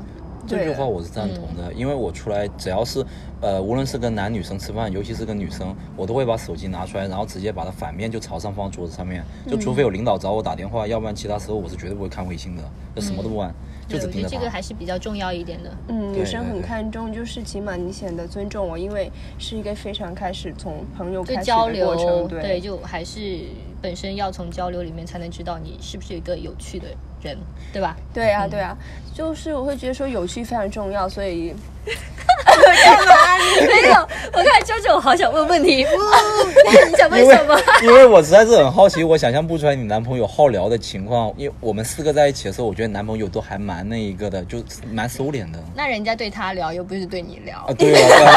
这句话我是赞同
嗯
的，因为我出来只要是，呃，无论是跟男女生吃饭，尤其是跟女生，我都会把手机拿出来，然后直接把它反面就朝上放桌子上面，就
嗯
除非有领导找我打电话，要不然其他时候我是绝对不会看微信的，就什么都
嗯
不玩，就
对，
只
我觉
盯
得
着
哎这个
它。
还是比较重要一点的。
嗯，女
对
生
对
很
对
看重，就是起码你显得尊重我，因为是一个非常开始从朋友
就
开始
交
的
流
过程，，
就还是本身要从交流里面才能知道你是不是一个有趣的人，对吧？
对啊，
嗯
对啊，就是我会觉得说有趣非常重要，所以
没有， (laughs) 我看周周好想问问题，你想问什么？
(laughs) 因为我实在是很好奇，我想象不出来你男朋友好聊的情况。因为我们四个在一起的时候，我觉得男朋友都还蛮那一个的，就蛮收敛的。
(laughs) 那人家对他聊，又不是对你聊
呃
啊，。 (laughs) 对了，对了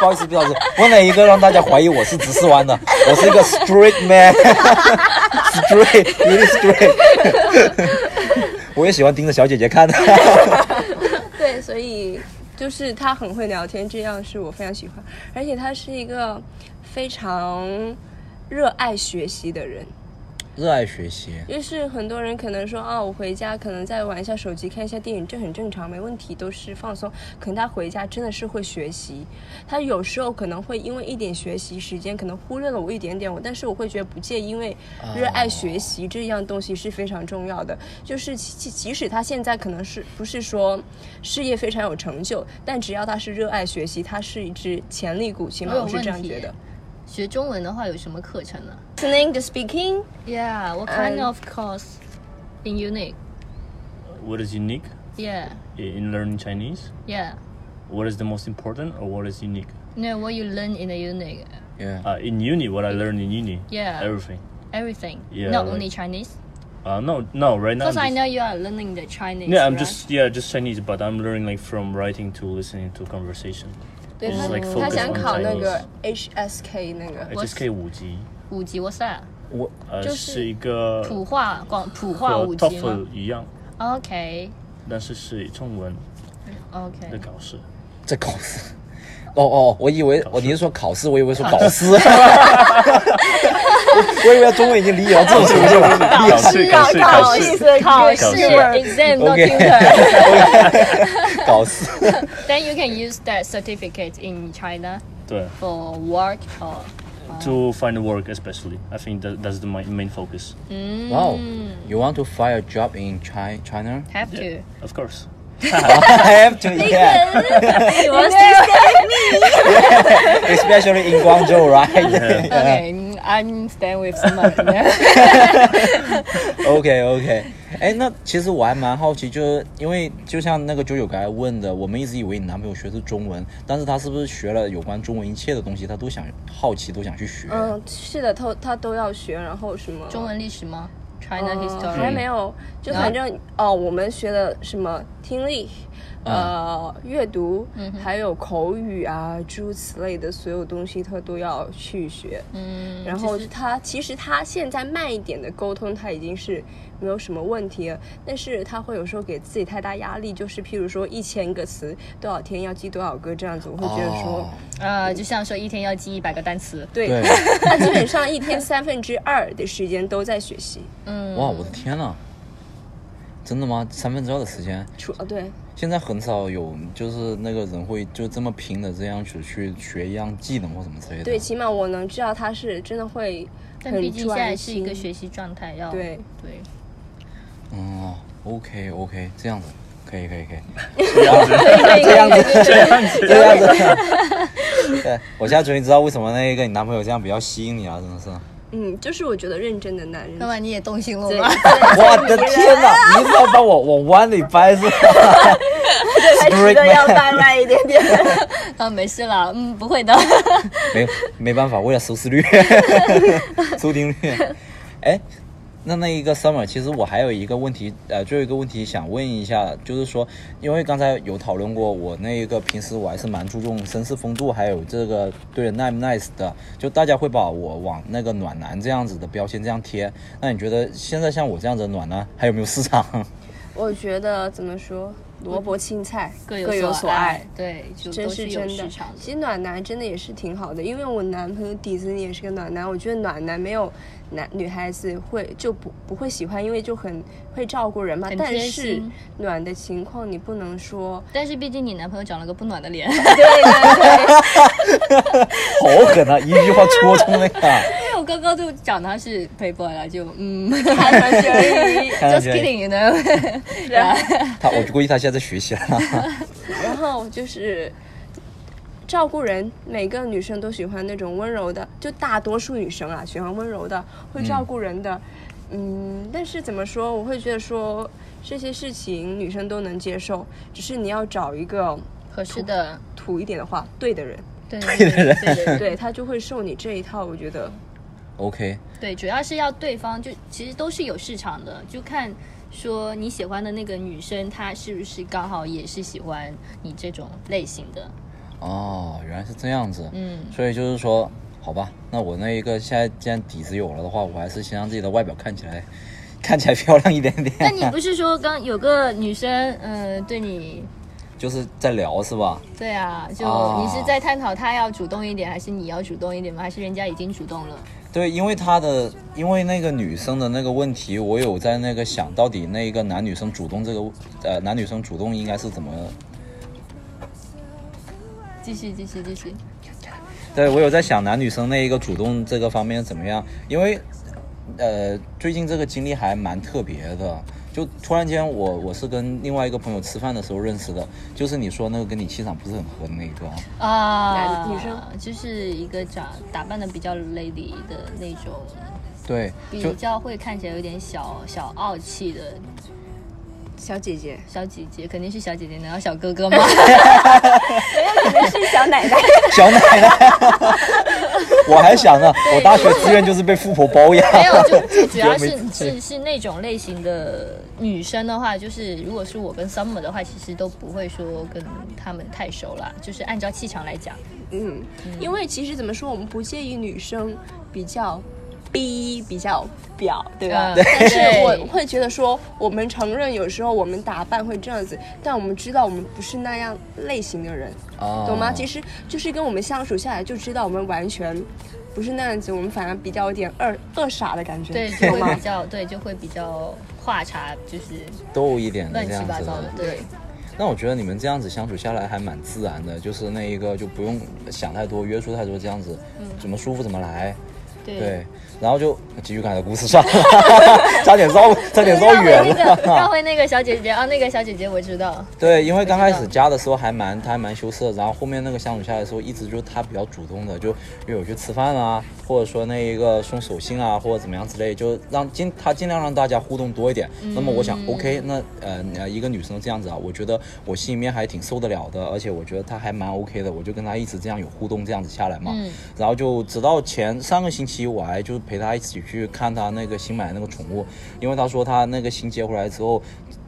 不好意思，不好意思，我哪一个让大家怀疑我是直视弯的？我是一个 straight (laughs) man，straight，really straight。我也 (laughs) 喜欢盯着小姐姐看的。
对，所以就是他很会聊天，这样是我非常喜欢，而且他是一个非常热爱学习的人。
(laughs) 热爱学习，
就是很多人可能说啊，我回家可能再玩一下手机，看一下电影，这很正常，没问题，都是放松。可能他回家真的是会学习，他有时候可能会因为一点学习时间，可能忽略了我一点点，我但是我会觉得不介意，因为
啊
热爱学习这样东西是非常重要的。就是即即使他现在可能是不是说事业非常有成就，但只要他是热爱学习，他是一只潜力股，起码
我有
我是
问
这样
题
觉得。
学中文的话有什么课程呢 Uh,
Listening to speaking，
？Yeah, what kind of course in unique?
What is unique
Yeah,
i- in learning Chinese?
yeah.
What is the most important or what is unique?
No, what you learn in the unique?
yeah.
Uh, in uni, what I learned in uni,
Yeah,
everything.
everything.
Yeah,
Not
like-
only Chinese.
Uh, no, no, right now. I'm
Because I
just-
know you are learning the Chinese.
Yeah, I'm
right?
just yeah, just Chinese, but I'm learning like from writing to listening to conversation.
对
It's
他
like
他
focus
想
on
考那
Chinese
个 HSK 那个。
HSK 五级，
五级 What's that？
我
呃，
就是
是一个
普化广普化
和
五级吗
uh, TOEFL 一样，
？OK
但是是中文的
OK，
考试。
在考试。啊哦哦，我以为我你是说考试，我以为说搞事。 (laughs) 我以为中文已经离遥这种程 (laughs) 度了。
考试，考
啊
试，考试。
考试
考试
exam not
OK
tutor.
搞事。
(laughs) Then you can use that certificate in China
对
for work or
，to find work especially, I think that that's the main main focus.
Wow, 哦 you want to find a job in Chi China? (laughs)
have to.
Of course.
I have to, (laughs) yeah. Especially in Guangzhou, right? (laughs)
Yeah.
Okay, mm, I'm staying with someone.
OK OK，哎，那其实我还蛮好奇，就是因为就像那个九九刚才问的，我们一直以为你男朋友学的是中文，但是他是不是学了有关中文一切的东西，他都想好奇，都想去学？
嗯，是的，他他都要学，然后什么
(laughs) 中文历史吗？China
嗯
history
还没有，就反正哦，我们学的什么听力。
嗯
呃，阅读，还有口语啊，诸如此类的所有东西，他都要去学。
嗯，
然后
其实
他其实他现在慢一点的沟通，他已经是没有什么问题了。但是他会有时候给自己太大压力，就是譬如说一千个词多少天要记多少个这样子，我会觉得说，
哦
呃，就像说一天要记一百个单词，
对，
对，
他基本上一天三分之二的时间都在学习。
嗯，
哇，我的天呐！真的吗？三分之二的时间，
除啊，对，
现在很少有就是那个人会就这么拼的这样去去学一样技能或什么之类的。
对，起码我能知道他是真的会
但
很
毕竟现在
专
是一
心。
个学习状态，要
对
对，
嗯，OK OK，这样子，可以可以可以。
这样子，
这样子。对，我现在终于知道为什么那个你男朋友这样比较吸引你啊了，真的是。
嗯，就是我觉得认真的男人
那，么你也动心了
对
吗？
我的天哪！你是要把我往弯里掰是吧？
就
(laughs)
开始
Break
的
my-
要贩卖一点点。
啊，没事了，嗯，不会的。
没没办法，为了收视率、收听率。哎，那那一个 summer，其实我还有一个问题，呃，最后一个问题想问一下，就是说，因为刚才有讨论过，我那一个平时我还是蛮注重绅士风度，还有这个对人 nice nice 的，就大家会把我往那个暖男这样子的标签这样贴。那你觉得现在像我这样子的暖男还有没有市场？ (laughs)
我觉得怎么说，萝卜青菜
各
有
有
所
爱，，对，就
真
都
是
有
真
市
的
场。的。
其实暖男真的也是挺好的，因为我男朋友迪斯尼也是个暖男，我觉得暖男没有男女孩子会就不不会喜欢，因为就很会照顾人嘛
很。
但
贴
是
心
暖的情况你不能说，
但是毕竟你男朋友长了个不暖的脸，
对对对，
好狠啊！一句话戳中那个。
因为我哥哥就讲他是 playboy 了，就嗯 (laughs)
看上去而已。
上
，just
去
kidding，you know
然后
他，我估计他现在在学习了。
然后就是照顾人，每个女生都喜欢那种温柔的，就大多数女生啊喜欢温柔的，会照顾人的。嗯但是怎么说，我会觉得说这些事情女生都能接受，只是你要找一个
合适的，
土一点的话，对的人，
对 (laughs) 对对对对
对他就会受你这一套。我觉得
OK，
对，主要是要对方就其实都是有市场的，就看说你喜欢的那个女生她是不是刚好也是喜欢你这种类型的，
哦，原来是这样子。
嗯，
所以就是说，好吧，那我那一个现在既然底子有了的话，我还是先让自己的外表看起来看起来漂亮一点
那
点。
你不是说刚有个女生，嗯、对你，
(laughs) 就是在聊是吧？
对啊，就
哦
你是在探讨她要主动一点，还是你要主动一点吗？还是人家已经主动了？
对，因为他的，因为那个女生的那个问题，我有在那个想到底那一个男女生主动这个，呃，男女生主动应该是怎么？
继续，继续，继续。
对我有在想男女生那一个主动这个方面怎么样，因为呃，最近这个经历还蛮特别的，就突然间我我是跟另外一个朋友吃饭的时候认识的，就是你说那个跟你气场不是很合的那一个，
啊，
男女生
就是一个长打扮的比较 lady 的那种，
对，就
比较会看起来有点小小傲气的
小姐姐
小姐姐，肯定是小姐姐，难道小哥哥
(laughs)
吗？
是小奶奶，
小奶
(laughs)
奶，我还想呢，我大学志愿就是被富婆包养，
没有，就就主要
没
是是是那种类型的女生的话，就是如果是我跟 Summer 的话，其实都不会说跟他们太熟啦，就是按照气场来讲，
嗯，因为其实怎么说，我们不介意女生比较逼、比较表，对吧？
嗯
但是
对
我会觉得说，我们承认有时候我们打扮会这样子，但我们知道我们不是那样类型的人，
哦
懂吗？其实就是跟我们相处下来就知道我们完全不是那样子，我们反而比较有点二二傻的感觉，
对，就
懂
会
吗
比？较对，就会比较话茬，就是
逗一点的
乱
这
七
样
八
子
糟的
的，，
对。
那我觉得你们这样子相处下来还蛮自然的，就是那一个就不用想太多，约束太多，这样子
嗯
怎么舒服怎么来。对，然后就继续刚才的故事算了， (laughs) 差点绕，差点绕
绕回
远
那个，绕
了。
回那个小姐姐啊，那个小姐姐我知道，
对，因为刚开始加的时候还蛮，他还蛮羞涩，然后后面那个相处下来的时候，一直就是他比较主动的，就约我去吃饭啊，或者说那一个送手信啊，或者怎么样之类，就让尽他尽量让大家互动多一点。那么我想，OK，那呃呃一个女生这样子啊，我觉得我心里面还挺受得了的，而且我觉得她还蛮 OK 的，我就跟她一直这样有互动，这样子下来嘛。
嗯
然后就直到前上个星期，我还就是陪他一起去看他那个新买的那个宠物，因为他说他那个新接回来之后，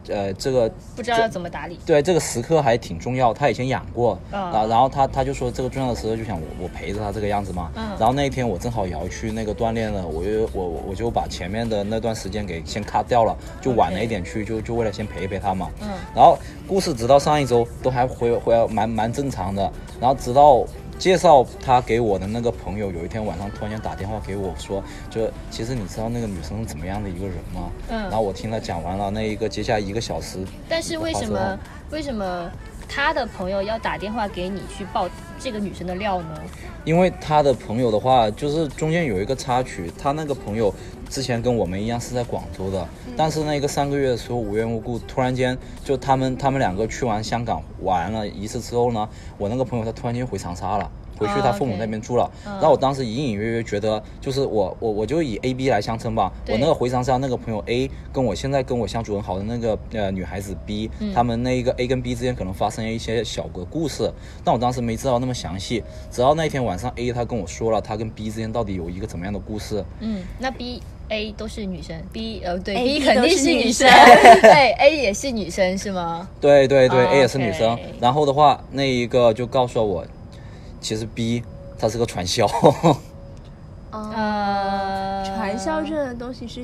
呃，这个
不知道要怎么打理。
对这个时刻还挺重要，他以前养过，
啊
啊，然后他他就说这个重要的时刻就想我我陪着他这个样子嘛，
嗯
然后那一天我正好也要去那个锻炼了，我就我我我就把前面的那段时间给先 cut 掉了，就晚了一点去，就就为了先陪一陪他嘛，
嗯
然后故事直到上一周都还回回来蛮蛮正常的，然后直到。介绍他给我的那个朋友，有一天晚上突然间打电话给我说，就其实你知道那个女生是怎么样的一个人吗？
嗯
然后我听他讲完了那一个接下来一个小时，
但是为什
话说
么为什么他的朋友要打电话给你去爆这个女生的料呢？
因为他的朋友的话，就是中间有一个插曲，他那个朋友之前跟我们一样是在广州的，但是那个三个月的时候无缘无故，突然间就他们他们两个去完香港玩了一次之后呢，我那个朋友他突然间回长沙了。回去他父母那边住了。
嗯
然后我当时隐隐约约觉得，就是我我我就以 A B 来相称吧。我
对
那个回长沙那个朋友 A 跟我现在跟我相处很好的那个呃女孩子 B，、他
嗯
们那一个 A 跟 B 之间可能发生了一些小个故事，但我当时没知道那么详细。直到那一天晚上 A 他跟我说了，他跟 B 之间到底有一个怎么样的故事。
嗯，那 B、A 都是女生，B 呃对
A
B
B
肯定
都是
女
女
生
生， (laughs) 哦
对 A 也是女生是吗？
对对对、
啊
a 也是女生
OK。
然后的话，那一个就告诉了我，其实 B 他是个传销。 (laughs)
呃，
传销这样的东西是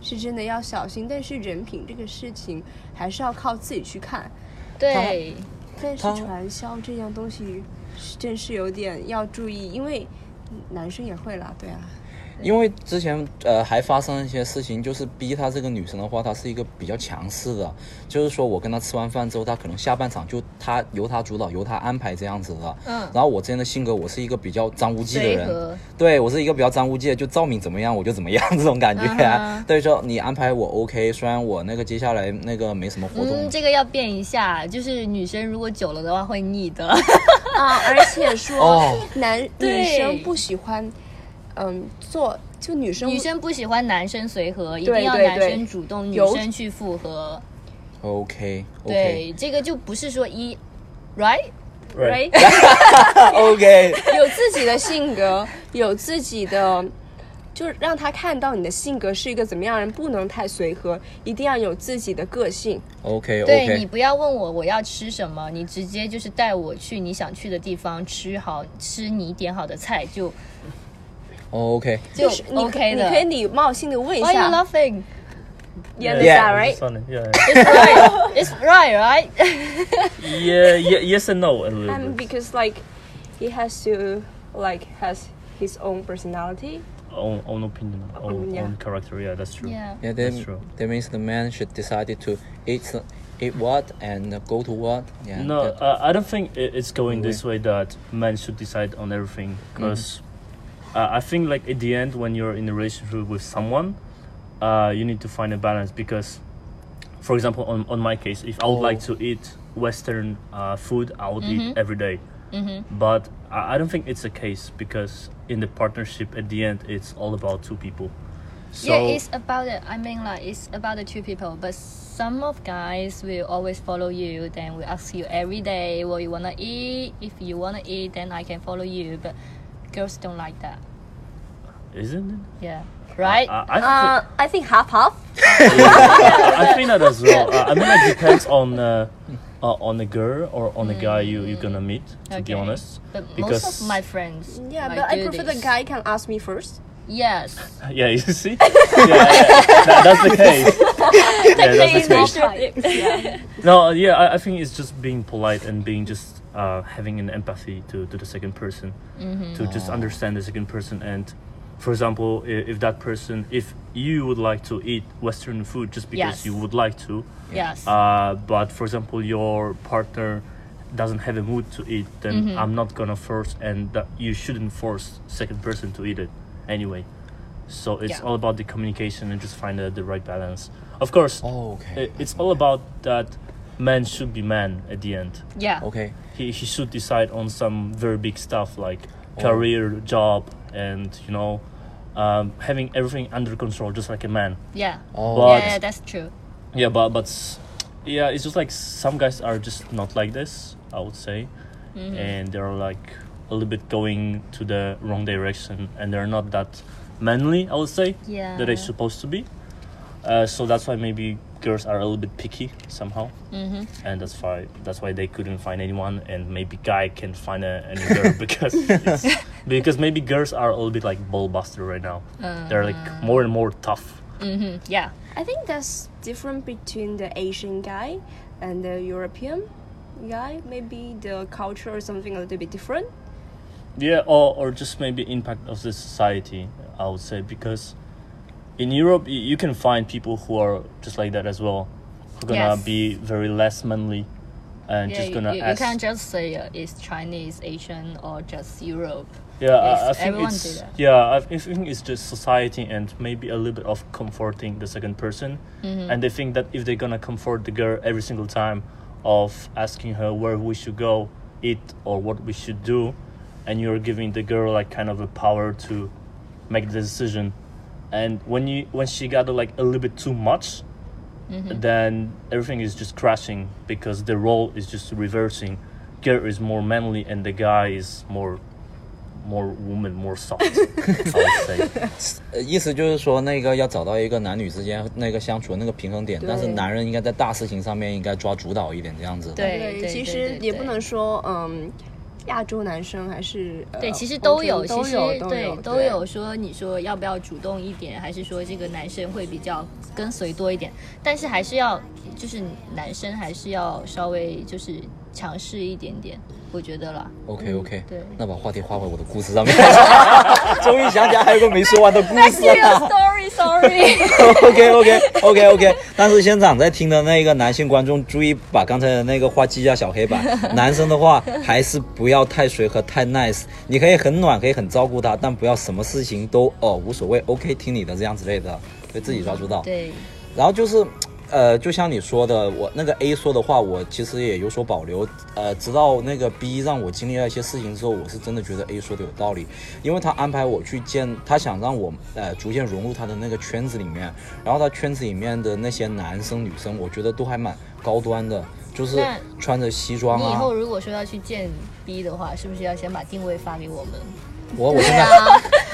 是真的要小心，但是人品这个事情还是要靠自己去看。
对，
但是
他
传销这样东西是真是有点要注意，因为男生也会啦，对啊。
因为之前呃还发生一些事情，就是逼她这个女生的话，她是一个比较强势的，就是说我跟她吃完饭之后，她可能下半场就她由她主导，由她安排这样子的。
嗯
然后我之前的性格，我是一个比较张无忌的
随和
人，对我是一个比较张无忌的，就照你怎么样我就怎么样这种
(laughs)
感觉、
嗯哼
所以说你安排我 OK，虽然我那个接下来那个没什么活动，
嗯，这个要变一下，就是女生如果久了的话会腻
(laughs)
的。
(laughs) 啊，而且说
哦
男女
对
生不喜欢，嗯，做就女生
女生不喜欢男生随和，一定
对
要
对
男
对
生主动，女
有
生去附和。
OK
对
OK
这个就不是说一，right？
(laughs)
Right.
OK，
哎有自己的性格，有自己的，就是让他看到你的性格是一个怎么样的人，不能太随和，一定要有自己的个性。
OK
对你
OK，
不要问我我要吃什么，你直接就是带我去你想去的地方，吃好吃你点好的菜就
OK，
就是
你可
OK
你可以
的。
礼貌性的问一
Why you
下
laughing?
Yeah,
Yeah.
that right?
It's on it, yeah,
It's right. It's right, (laughs) right?
yeah. yeah, yeah, yes and no a little
And Um,
bit.
because like he has to like has his own personality.
Own, own opinion, own,
yeah.
own character. Yeah, that's true.
Yeah.
Yeah,
That's
then
true.
that means the man should decide to eat s- eat what and go to what. Yeah.
No,
that-
uh, I don't think i- it's going this way that men should decide on everything because uh, I think like at the end when you're in a relationship with someone, uh, you need to find a balance because, for example, on, on my case, if I would like to eat Western uh, food, I would eat every day. But I, I don't think it's a case because in the partnership at the end, it's all about two people. So
yeah, it's about it. I mean, like it's about the two people, but some of guys will always follow you. Then will ask you every day what you wanna eat. If you wanna eat, then I can follow you. But girls don't like that.
isn't it?
Yeah, right.
I, I, thi-
Uh, I think half half.
(laughs)
I think that as well. Uh, I mean, it depends on uh, uh, on the girl or on the guy you you're gonna meet. To
Okay.
be honest,
but
because
most of my friends.
Yeah,
like,
but I
do
prefer
this.
the guy can ask me first.
Yes.
(laughs) yeah, you
(laughs)
see, yeah, yeah, that- that's the case. yeah, that's the case. No, yeah, I, I think it's just being polite and being just uh, having an empathy to, to the second person,
Mm-hmm.
to just understand the second person. And for example, if, if that person, if you would like to eat Western food just because
Yes.
you would like to,
Yes.
uh, but for example your partner doesn't have a mood to eat then
Mm-hmm.
i'm not gonna force and that you shouldn't force second person to eat it anyway so it's
Yeah.
all about the communication and just find the, the right balance of course
Oh, okay.
i- it's all about that man should be man at the end
yeah.
okay.
he, he should decide on some very big stuff like
Oh.
career job and you know um, having everything under control just like a man
Yeah.
Oh.
But-
yeah, that's true.
yeah, but but s- yeah, it's just like some guys are just not like this. I would say, and they're like a little bit going to the wrong direction, and they're not that manly. I would say
Yeah.
that they're supposed to be. Uh, so that's why maybe girls are a little bit picky somehow, mm-hmm. and that's why that's why they couldn't find anyone, and maybe guy can find a, any girl because it's, because maybe girls are a little bit like ballbuster right now. They're like more and more tough.
hmm Yeah.
I think that's different between the Asian guy and the European guy. Maybe the culture or something a little bit different.
Yeah, or, or just maybe impact of the society, I would say, because in Europe you, you can find people who are just like that as well, who gonna
Yes.
be very less manly, and
yeah
just
you-
gonna
you, you
ask.
can't just say uh, it's Chinese, Asian, or just Europe.
yeah, I, I
yes,
think
everyone
it's
do that.
yeah, I, I think it's just society and maybe a little bit of comforting the second person,
Mm-hmm.
and they think that if they're gonna comfort the girl every single time, of asking her where we should go, eat, or what we should do, and you're giving the girl like kind of a power to make the decision. And when you when she got uh, like a little bit too much,
Mm-hmm.
then everything is just crashing because the role is just reversing. Girl is more manly and the guy is more more woman, more soft. I would say.
呃意思就是说，那个要找到一个男女之间那个相处的那个平衡点，但是男人应该在大事情上面应该抓主导一点，这样子。
对对
对，
对
其实
对
也
对
不能说嗯，亚洲男生还是呃
对，其实
欧
都
洲
有，
都
其实
有都
对
有
都有说，你说要不要主动一点，还是说这个男生会比较跟随多一点？但是还是要，就是男生还是要稍微就是强势一点点，我觉得啦。
OK OK，
嗯对
那把话题划回我的故事上面。 (laughs) 终于想起来还有个没说完的故事
(laughs)
啊了。
Sorry
(laughs)
Sorry，
OK OK OK OK，但是现场在听的那个男性观众注意把刚才的那个话记下小
(laughs)
黑板。男生的话还是不要太随和太 nice，你可以很暖，可以很照顾他，但不要什么事情都哦无所谓，OK 听你的这样之类的，对自己抓主导。
对，
然后就是，呃，就像你说的，我那个 A 说的话，我其实也有所保留。呃，直到那个 B 让我经历了一些事情之后，我是真的觉得 A 说的有道理，因为他安排我去见，他想让我呃逐渐融入他的那个圈子里面，然后他圈子里面的那些男生女生，我觉得都还蛮高端的，就是
那
穿着西装
你以
啊。
后如果说要去见 B 的话，是不是要先把定位发给我们？
我我现在，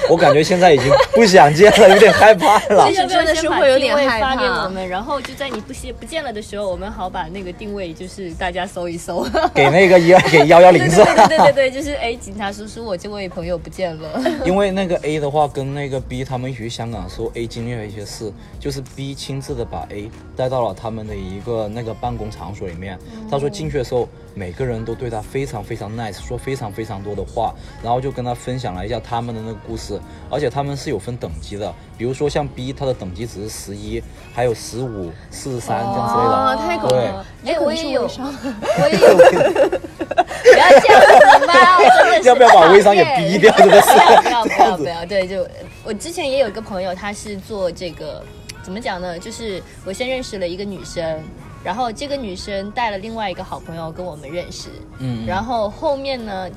我感觉现在已经不想见了，有点害怕了
啊 (laughs)
其。实真的是会有点害
发给我
怕。
们，然后就在你不见不见了的时候，我们好把那个定位就是大家搜一搜。
给那个一给幺幺零
对
是
对
吧？
对对对，就是哎，警察叔叔，我这位朋友不见了。
(laughs)
因为那个 A 的话跟那个 B 他们一起去香港的时候，A 经历了一些事，就是 B 亲自的把 A 带到了他们的一个那个办公场所里面。他说进去的时候，每个人都对他非常非常 nice，说非常非常多的话，然后就跟他分享了一下他们的那个故事，而且他们是有分等级的，比如说像 B 他的等级只是十一，还有十五、四十三这样之类的。
哦，太恐怖了！
哎，我也有，
可能是微商
我也有，不要这样子嘛，我真的是
要不要把微商也逼掉？真的是
不要不要不
这样
要不
子。
要，对，就我之前也有一个朋友，他是做这个，怎么讲呢？就是我先认识了一个女生，然后这个女生带了另外一个好朋友跟我们认识，
嗯嗯
然后后面呢，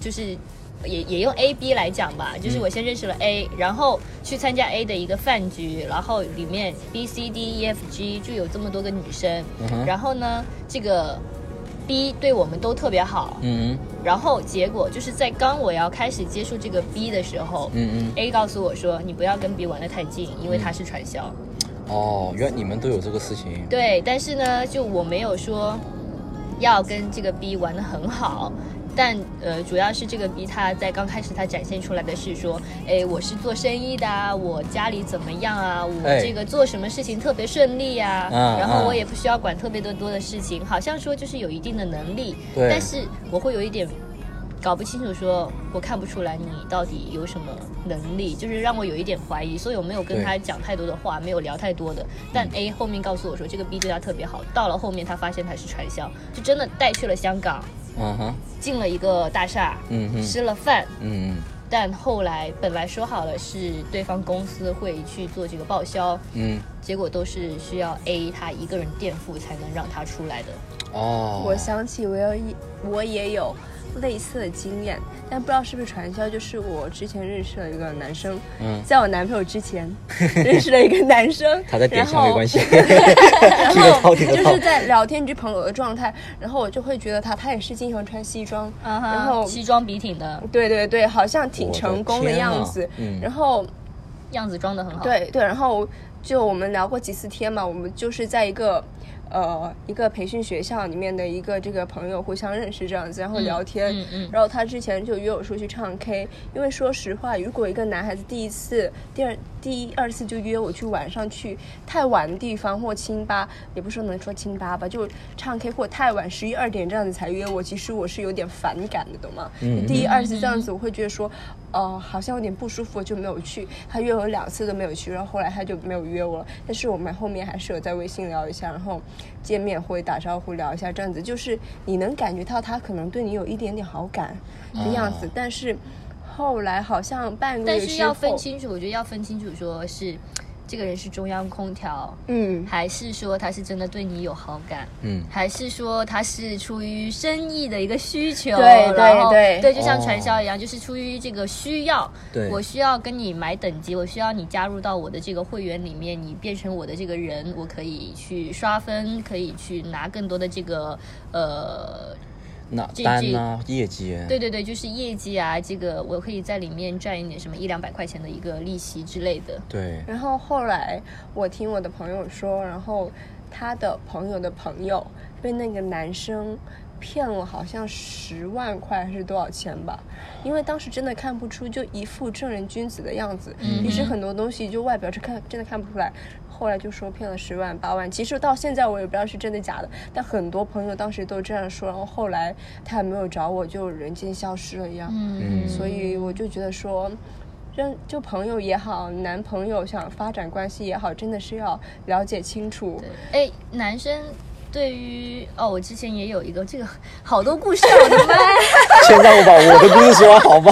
就是。也也用 A B 来讲吧，就是我先认识了 A，、然后去参加 A 的一个饭局，然后里面 B C D E F G 就有这么多个女生，
嗯哼
然后呢，这个 B 对我们都特别好，
嗯
然后结果就是在刚我要开始接触这个 B 的时候，
嗯
a 告诉我说你不要跟 B 玩得太近，因为他是传销。
嗯，哦，原来你们都有这个事情。
对，但是呢，就我没有说要跟这个 B 玩得很好。但呃，主要是这个 B 他在刚开始他展现出来的是说，哎，我是做生意的啊，我家里怎么样啊，我
哎
这个做什么事情特别顺利呀、
嗯
然后
嗯
我也不需要管特别多多的事情，好像说就是有一定的能力，
对
但是我会有一点搞不清楚说我看不出来你到底有什么能力，就是让我有一点怀疑，所以我没有跟
对
他讲太多的话，没有聊太多的。但
嗯
A 后面告诉我说，这个 B 对他特别好，到了后面他发现他是传销，就真的带去了香港，
嗯哼，
进了一个大厦，
嗯哼
吃了饭，
嗯嗯。
但后来本来说好了是对方公司会去做这个报销，
嗯，
结果都是需要 A 他一个人垫付才能让他出来的。
哦，
我想起我有一我也有类似的经验，但不知道是不是传销。就是我之前认识了一个男生，
嗯
在我男朋友之前认识了一个男生，
(laughs) 他在点
然
香
后
没关系，(laughs)
然
听得到
后
听得
就
到
是。在聊天之朋友的状态，然后我就会觉得他，他也是经常穿西装
啊
然后
西装笔挺的
对对对，好像挺
我的
成功的
天
样
啊
子。
嗯
然后
样子装得很好。
对对，然后就我们聊过几次天嘛，我们就是在一个呃一个培训学校里面的一个这个朋友互相认识这样子，然后聊天。
嗯嗯
然后他之前就约我出去唱 K，因为说实话，如果一个男孩子第一次、第二、第二次就约我去晚上去太晚的地方或清吧，也不是说能说清吧吧，就唱 K 或太晚十一二点这样子才约我，其实我是有点反感的，懂吗？
嗯
第一二次这样子，我会觉得说，呃，好像有点不舒服，我就没有去。他约我两次都没有去，然后后来他就没有约我了。但是我们后面还是有在微信聊一下，然后见面会打招呼聊一下，这样子就是你能感觉到他可能对你有一点点好感的样子，
哦
但是。后来好像半个
但
月之后，
是要分清楚，我觉得要分清楚，说是这个人是中央空调，
嗯，
还是说他是真的对你有好感？
嗯
还是说他是出于生意的一个需求？
对对
然后
对
对，就像
哦
传销一样，就是出于这个需要。
对
我需要跟你买等级，我需要你加入到我的这个会员里面，你变成我的这个人，我可以去刷分，可以去拿更多的这个呃。
那
这
单啊，业绩，
对对对，就是业绩啊，这个我可以在里面赚一点什么一两百块钱的一个利息之类的。
对
然后后来我听我的朋友说，然后他的朋友的朋友被那个男生骗了，好像十万块还是多少钱吧？因为当时真的看不出，就一副正人君子的样子，于是很多东西就外表是看真的看不出来。后来就说骗了十万八万，其实到现在我也不知道是真的假的，但很多朋友当时都这样说，然后后来他也没有找我，就人间消失了一样。
嗯，
所以我就觉得说，认就朋友也好，男朋友想发展关系也好，真的是要了解清楚。
哎，男生对于哦，我之前也有一个这个好多故事啊，我的 (laughs) 妈呀！
先让我把我的故事说完好
(laughs)
吧，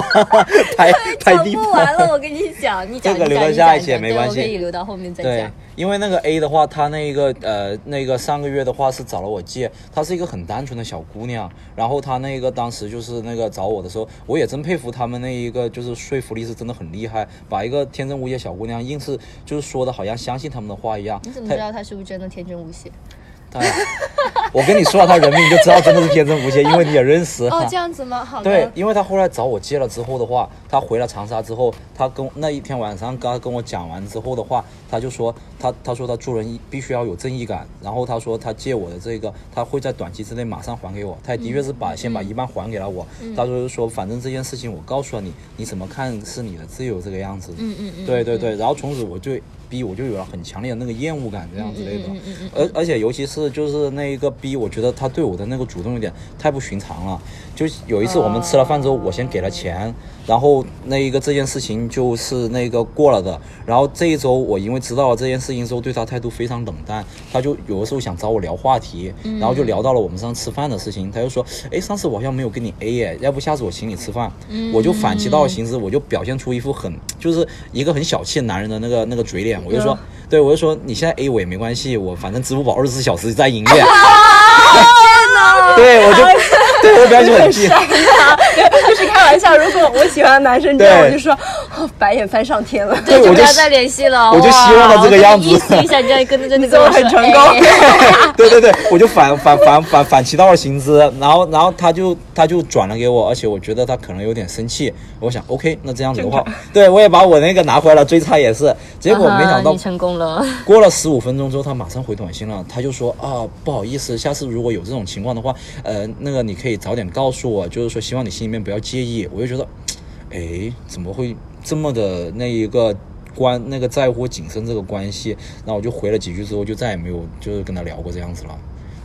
太太
讲
低
不
啊
了。
完了，我跟你讲，你讲
这个
你
留
讲
到
你
下
讲
一
你
节
讲
没
对
关
我可
系
以留到后面再
对
讲。，
因为那个 A 的话，她那个呃那个上个月的话是找了我借，她是一个很单纯的小姑娘，然后她那个当时就是那个找我的时候，我也真佩服他们那一个就是说服力是真的很厉害，把一个天真无邪小姑娘硬是就是说的好像相信他们的话一样。
你怎么
她
知道他是不是真的天真无邪？
(laughs) 她，哎我跟你说了她人名，你就知道真的是天真无邪，因为你也认识。
哦，这样子吗？好的。
对，因为他后来找我借了之后的话，他回了长沙之后，他跟那一天晚上刚跟我讲完之后的话，他就说他他说他做人必须要有正义感，然后他说他借我的这个，他会在短期之内马上还给我，他也的确是把、先把
嗯
一半还给了我，他就是说反正这件事情我告诉了你，你怎么看是你的自由这个样子，
嗯嗯嗯，
对对对，然后从此我就逼我就有了很强烈的那个厌恶感这样之类的
嗯嗯嗯嗯，
而而且尤其是就是那一个逼，我觉得他对我的那个主动有点太不寻常了。就有一次我们吃了饭之后，我先给了钱，然后那一个这件事情就是那个过了的，然后这一周我因为知道了这件事情之后，对他态度非常冷淡，他就有的时候想找我聊话题，然后就聊到了我们上次吃饭的事情，他就说，哎，上次我好像没有跟你 A 耶，要不下次我请你吃饭，我就反其道行之，我就表现出一副很就是一个很小气的男人的那个那个嘴脸，我就说，对我就说你现在 A 我也没关系，我反正支付宝二十四小时在营业。对，我就对我表现很气，
就是开玩笑。如果我喜欢的男生这样，
对
我就说、哦、白眼翻上天了。
对
就
我
不
就
要再联系了。
我就
哇
希望他这个样子
我就意思一下， (laughs) 你要跟着真的跟
做
我
得很
说
成
哎
功 (laughs)
对对对，我就反反反反反其道而行之，然后然后他就他就转了给我，而且我觉得他可能有点生气，我想 OK，那这样子的话，对我也把我那个拿回来了，最差也是，结果没想
啊
到
你成功了。
过了十五分钟之后，他马上回短信了，他就说啊，不好意思，下次如果有这种情况的话，呃，那个你可以早点告诉我，就是说希望你心里面不要介意。我就觉得，哎，怎么会这么的那一个关那个在乎谨慎这个关系？然后我就回了几句之后，就再也没有就是跟他聊过这样子了。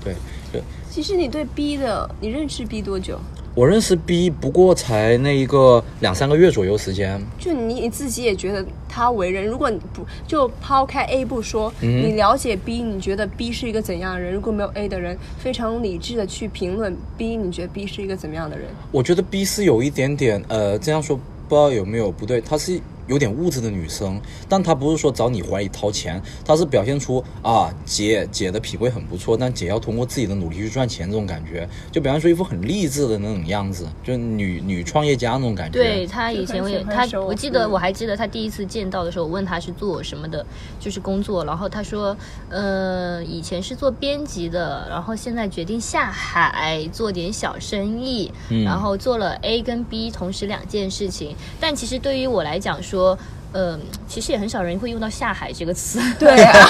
对，就
(laughs) 其实你对 B 的，你认识 B 多久？
我认识 B，不过才那一个两三个月左右时间。
就你你自己也觉得他为人，如果你不就抛开 A 不说，
嗯
你了解 B，你觉得 B 是一个怎样的人？如果没有 A 的人，非常理智的去评论 B，你觉得 B 是一个怎么样的人？
我觉得 B 是有一点点，呃，这样说不知道有没有不对，她是有点物质的女生，但她不是说找你怀里掏钱，她是表现出啊姐姐的品味很不错，但姐要通过自己的努力去赚钱这种感觉，就表现出一副很励志的那种样子，就是女女创业家那种感觉。
对他以前我也
很喜
他
欢手，
我记得我还记得他第一次见到的时候，我问他是做什么的，就是工作，然后他说，呃，以前是做编辑的，然后现在决定下海做点小生意，然后做了 A 跟 B 同时两件事情，但其实对于我来讲说。呃，其实也很少人会用到“下海”这个词。
对啊，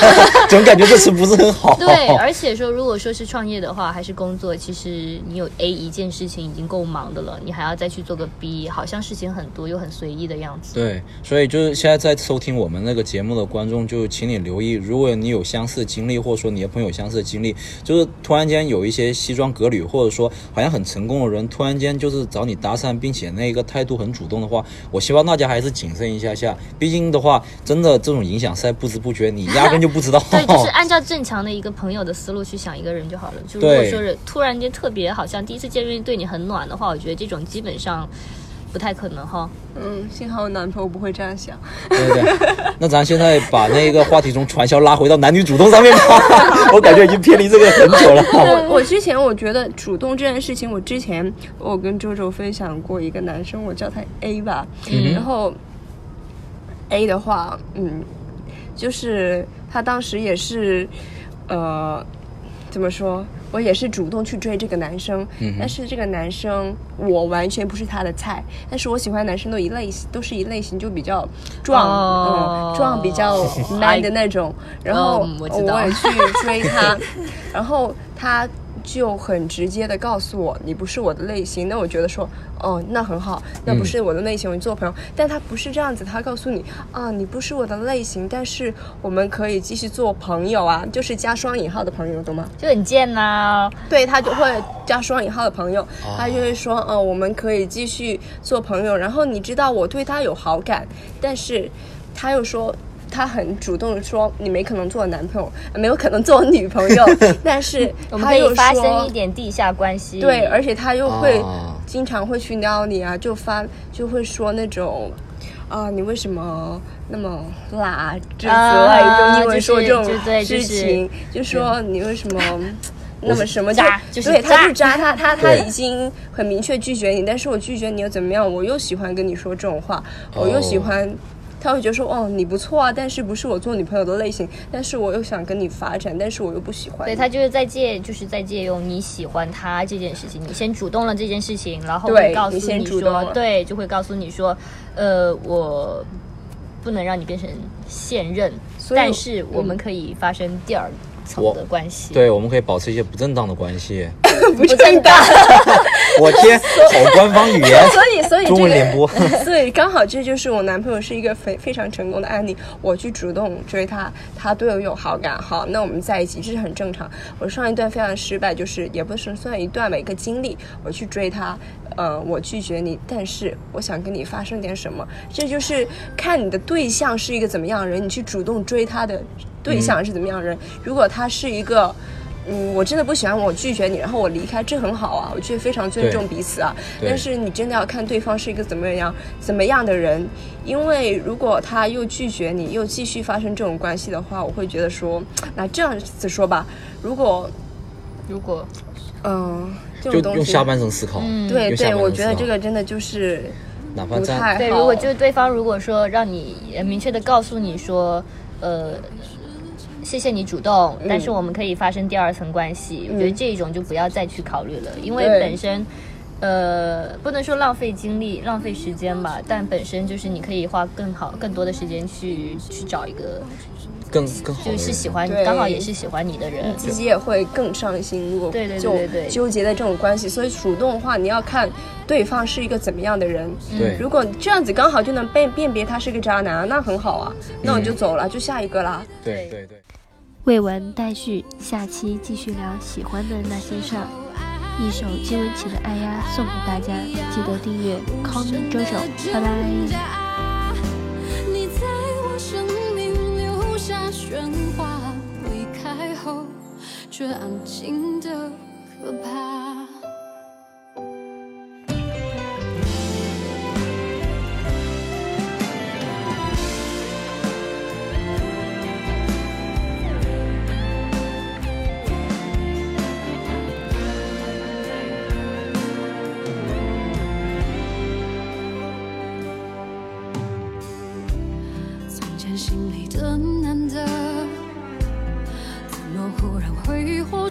总感觉这词不是很好。
(laughs) 对，而且说，如果说是创业的话，还是工作，其实你有 A 一件事情已经够忙的了，你还要再去做个 B，好像事情很多又很随意的样子。
对，所以就是现在在收听我们那个节目的观众，就请你留意，如果你有相似的经历，或者说你的朋友有相似的经历，就是突然间有一些西装革履，或者说好像很成功的人，突然间就是找你搭讪，并且那个态度很主动的话，我希望大家还是谨慎一下下，毕竟的话，真的这种影响是在不知不觉，你压根就不知道。
对，就是按照正常的一个朋友的思路去想一个人就好
(laughs)
了。就如果
对
说是突然间特别好像第一次见面对你很暖的话，我觉得这种基本上不太可能哈。
(laughs) 嗯，幸好我男朋友不会这样想。
对不对？那咱现在把那个话题从传销拉回到男女主动上面吧， (laughs) 我感觉已经偏离这个很 (laughs) 久了。
我我之前我觉得主动这件事情，我之前我跟周周分享过一个男生，我叫他 A 吧，然后 A 的话，嗯，就是他当时也是，呃，怎么说？我也是主动去追这个男生，但是这个男生我完全不是他的菜，但是我喜欢的男生都一类型，都是一类型，就比较壮，
哦
嗯，壮比较 man 的那种，然后
嗯我知道
我也
(laughs)
去追他，然后他就很直接的告诉我你不是我的类型，那我觉得说哦那很好，那不是我的类型，我就做朋友。但他不是这样子，他告诉你啊你不是我的类型，但是我们可以继续做朋友啊，就是加双引号的朋友，懂吗？
就很贱呐、
对他就会加双引号的朋友，他就会说，嗯、我们可以继续做朋友。然后你知道我对他有好感，但是他又说。他很主动地说你没可能做我男朋友，没有可能做我女朋友，但是
我们
他
可
又
以
说
发生一点地下关系。
对，而且他又会
啊
经常会去撩你啊，就发就会说那种。啊，你为什么那么辣啊之
啊
类的？因为说这种
就是就对就
事
是
情，就说你为什么那么什么
渣就是
对，
渣
他是渣，他他他
对
已经很明确拒绝你，但是我拒绝你又怎么样？我又喜欢跟你说这种话，我又喜
哦
欢。他会觉得说，哦，你不错啊，但是不是我做女朋友的类型，但是我又想跟你发展，但是我又不喜欢
对
你。 (laughs)
他就是在借，就是在借用你喜欢他这件事情，你先主动了这件事情，然后
对
会告诉
你先主动
说，
了
对，就会告诉你说，呃，我不能让你变成现任，
以
但是我们可以发生第二层
我
的关系。
对，我们可以保持一些不正当的关系。
不正当。
(laughs) 我天，好官方语言，
(laughs) 所以，所
(laughs)
以
中
这
文
个
联播。
(laughs) 对，刚好这就是我男朋友是一个非非常成功的案例。我去主动追他，他对我有好感，好，那我们在一起，这是很正常。我上一段非常失败，就是也不是算一段每个经历，我去追他，呃，我拒绝你，但是我想跟你发生点什么，这就是看你的对象是一个怎么样的人，你去主动追他的对象是怎么样的人。如果他是一个。嗯，我真的不喜欢，我拒绝你，然后我离开，这很好啊，我觉得非常尊
对
重彼此啊。
对
但是你真的要看对方是一个怎么样怎么样的人，因为如果他又拒绝你，又继续发生这种关系的话，我会觉得说，那这样子说吧，如果
如果
嗯、
(laughs)
这
就
种东
用
西，
下半身思考，
对
用下
对，
半
我
身
觉得
思考
这个真的就是
哪怕
不
在
太
对，
好
如果就是对方如果说让你呃明确的告诉你说，呃。谢谢你主动，
嗯
但是我们可以发生第二层关系。我觉得这一种就不要再去考虑了，因为
对
本身，呃，不能说浪费精力、浪费时间吧，但本身就是你可以花更好、更多的时间去去找一个
更更好的
就
人。
是喜欢你，
对嗯
刚好也是喜欢你的人。
自己也会更伤心。如果
对对对
就
对对
纠结在这种关系，所以主动的话，你要看对方是一个怎么样的人。
对
嗯如果这样子刚好就能辨辨别他是个渣男，那很好啊，那我
嗯
就走了，就下一个啦。
对对对。
未完待续，下期继续聊喜欢的那些事儿。一首金玟岐的《爱呀》送给大家，记得订阅 Call Me JoJo，拜拜。
你在我生命留下喧哗，离开后却安静的可怕。从前心里的男的，怎么忽然挥霍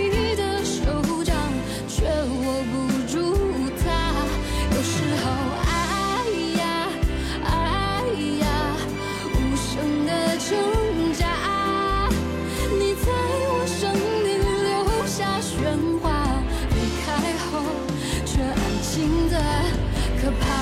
的手掌，却握不住它。有时候，爱呀，爱呀，无声的挣扎。你在我生命留下喧哗，离开后却安静的可怕。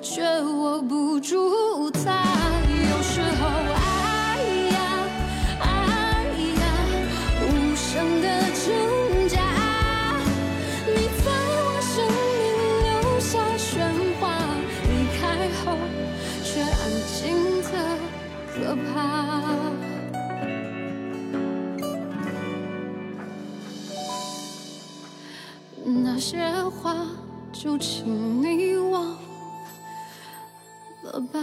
却握不住它。有时候，哎呀，哎呀，无声的挣扎，你在我生命留下喧哗，离开后却安静的可怕。那些话，就请你忘了吧。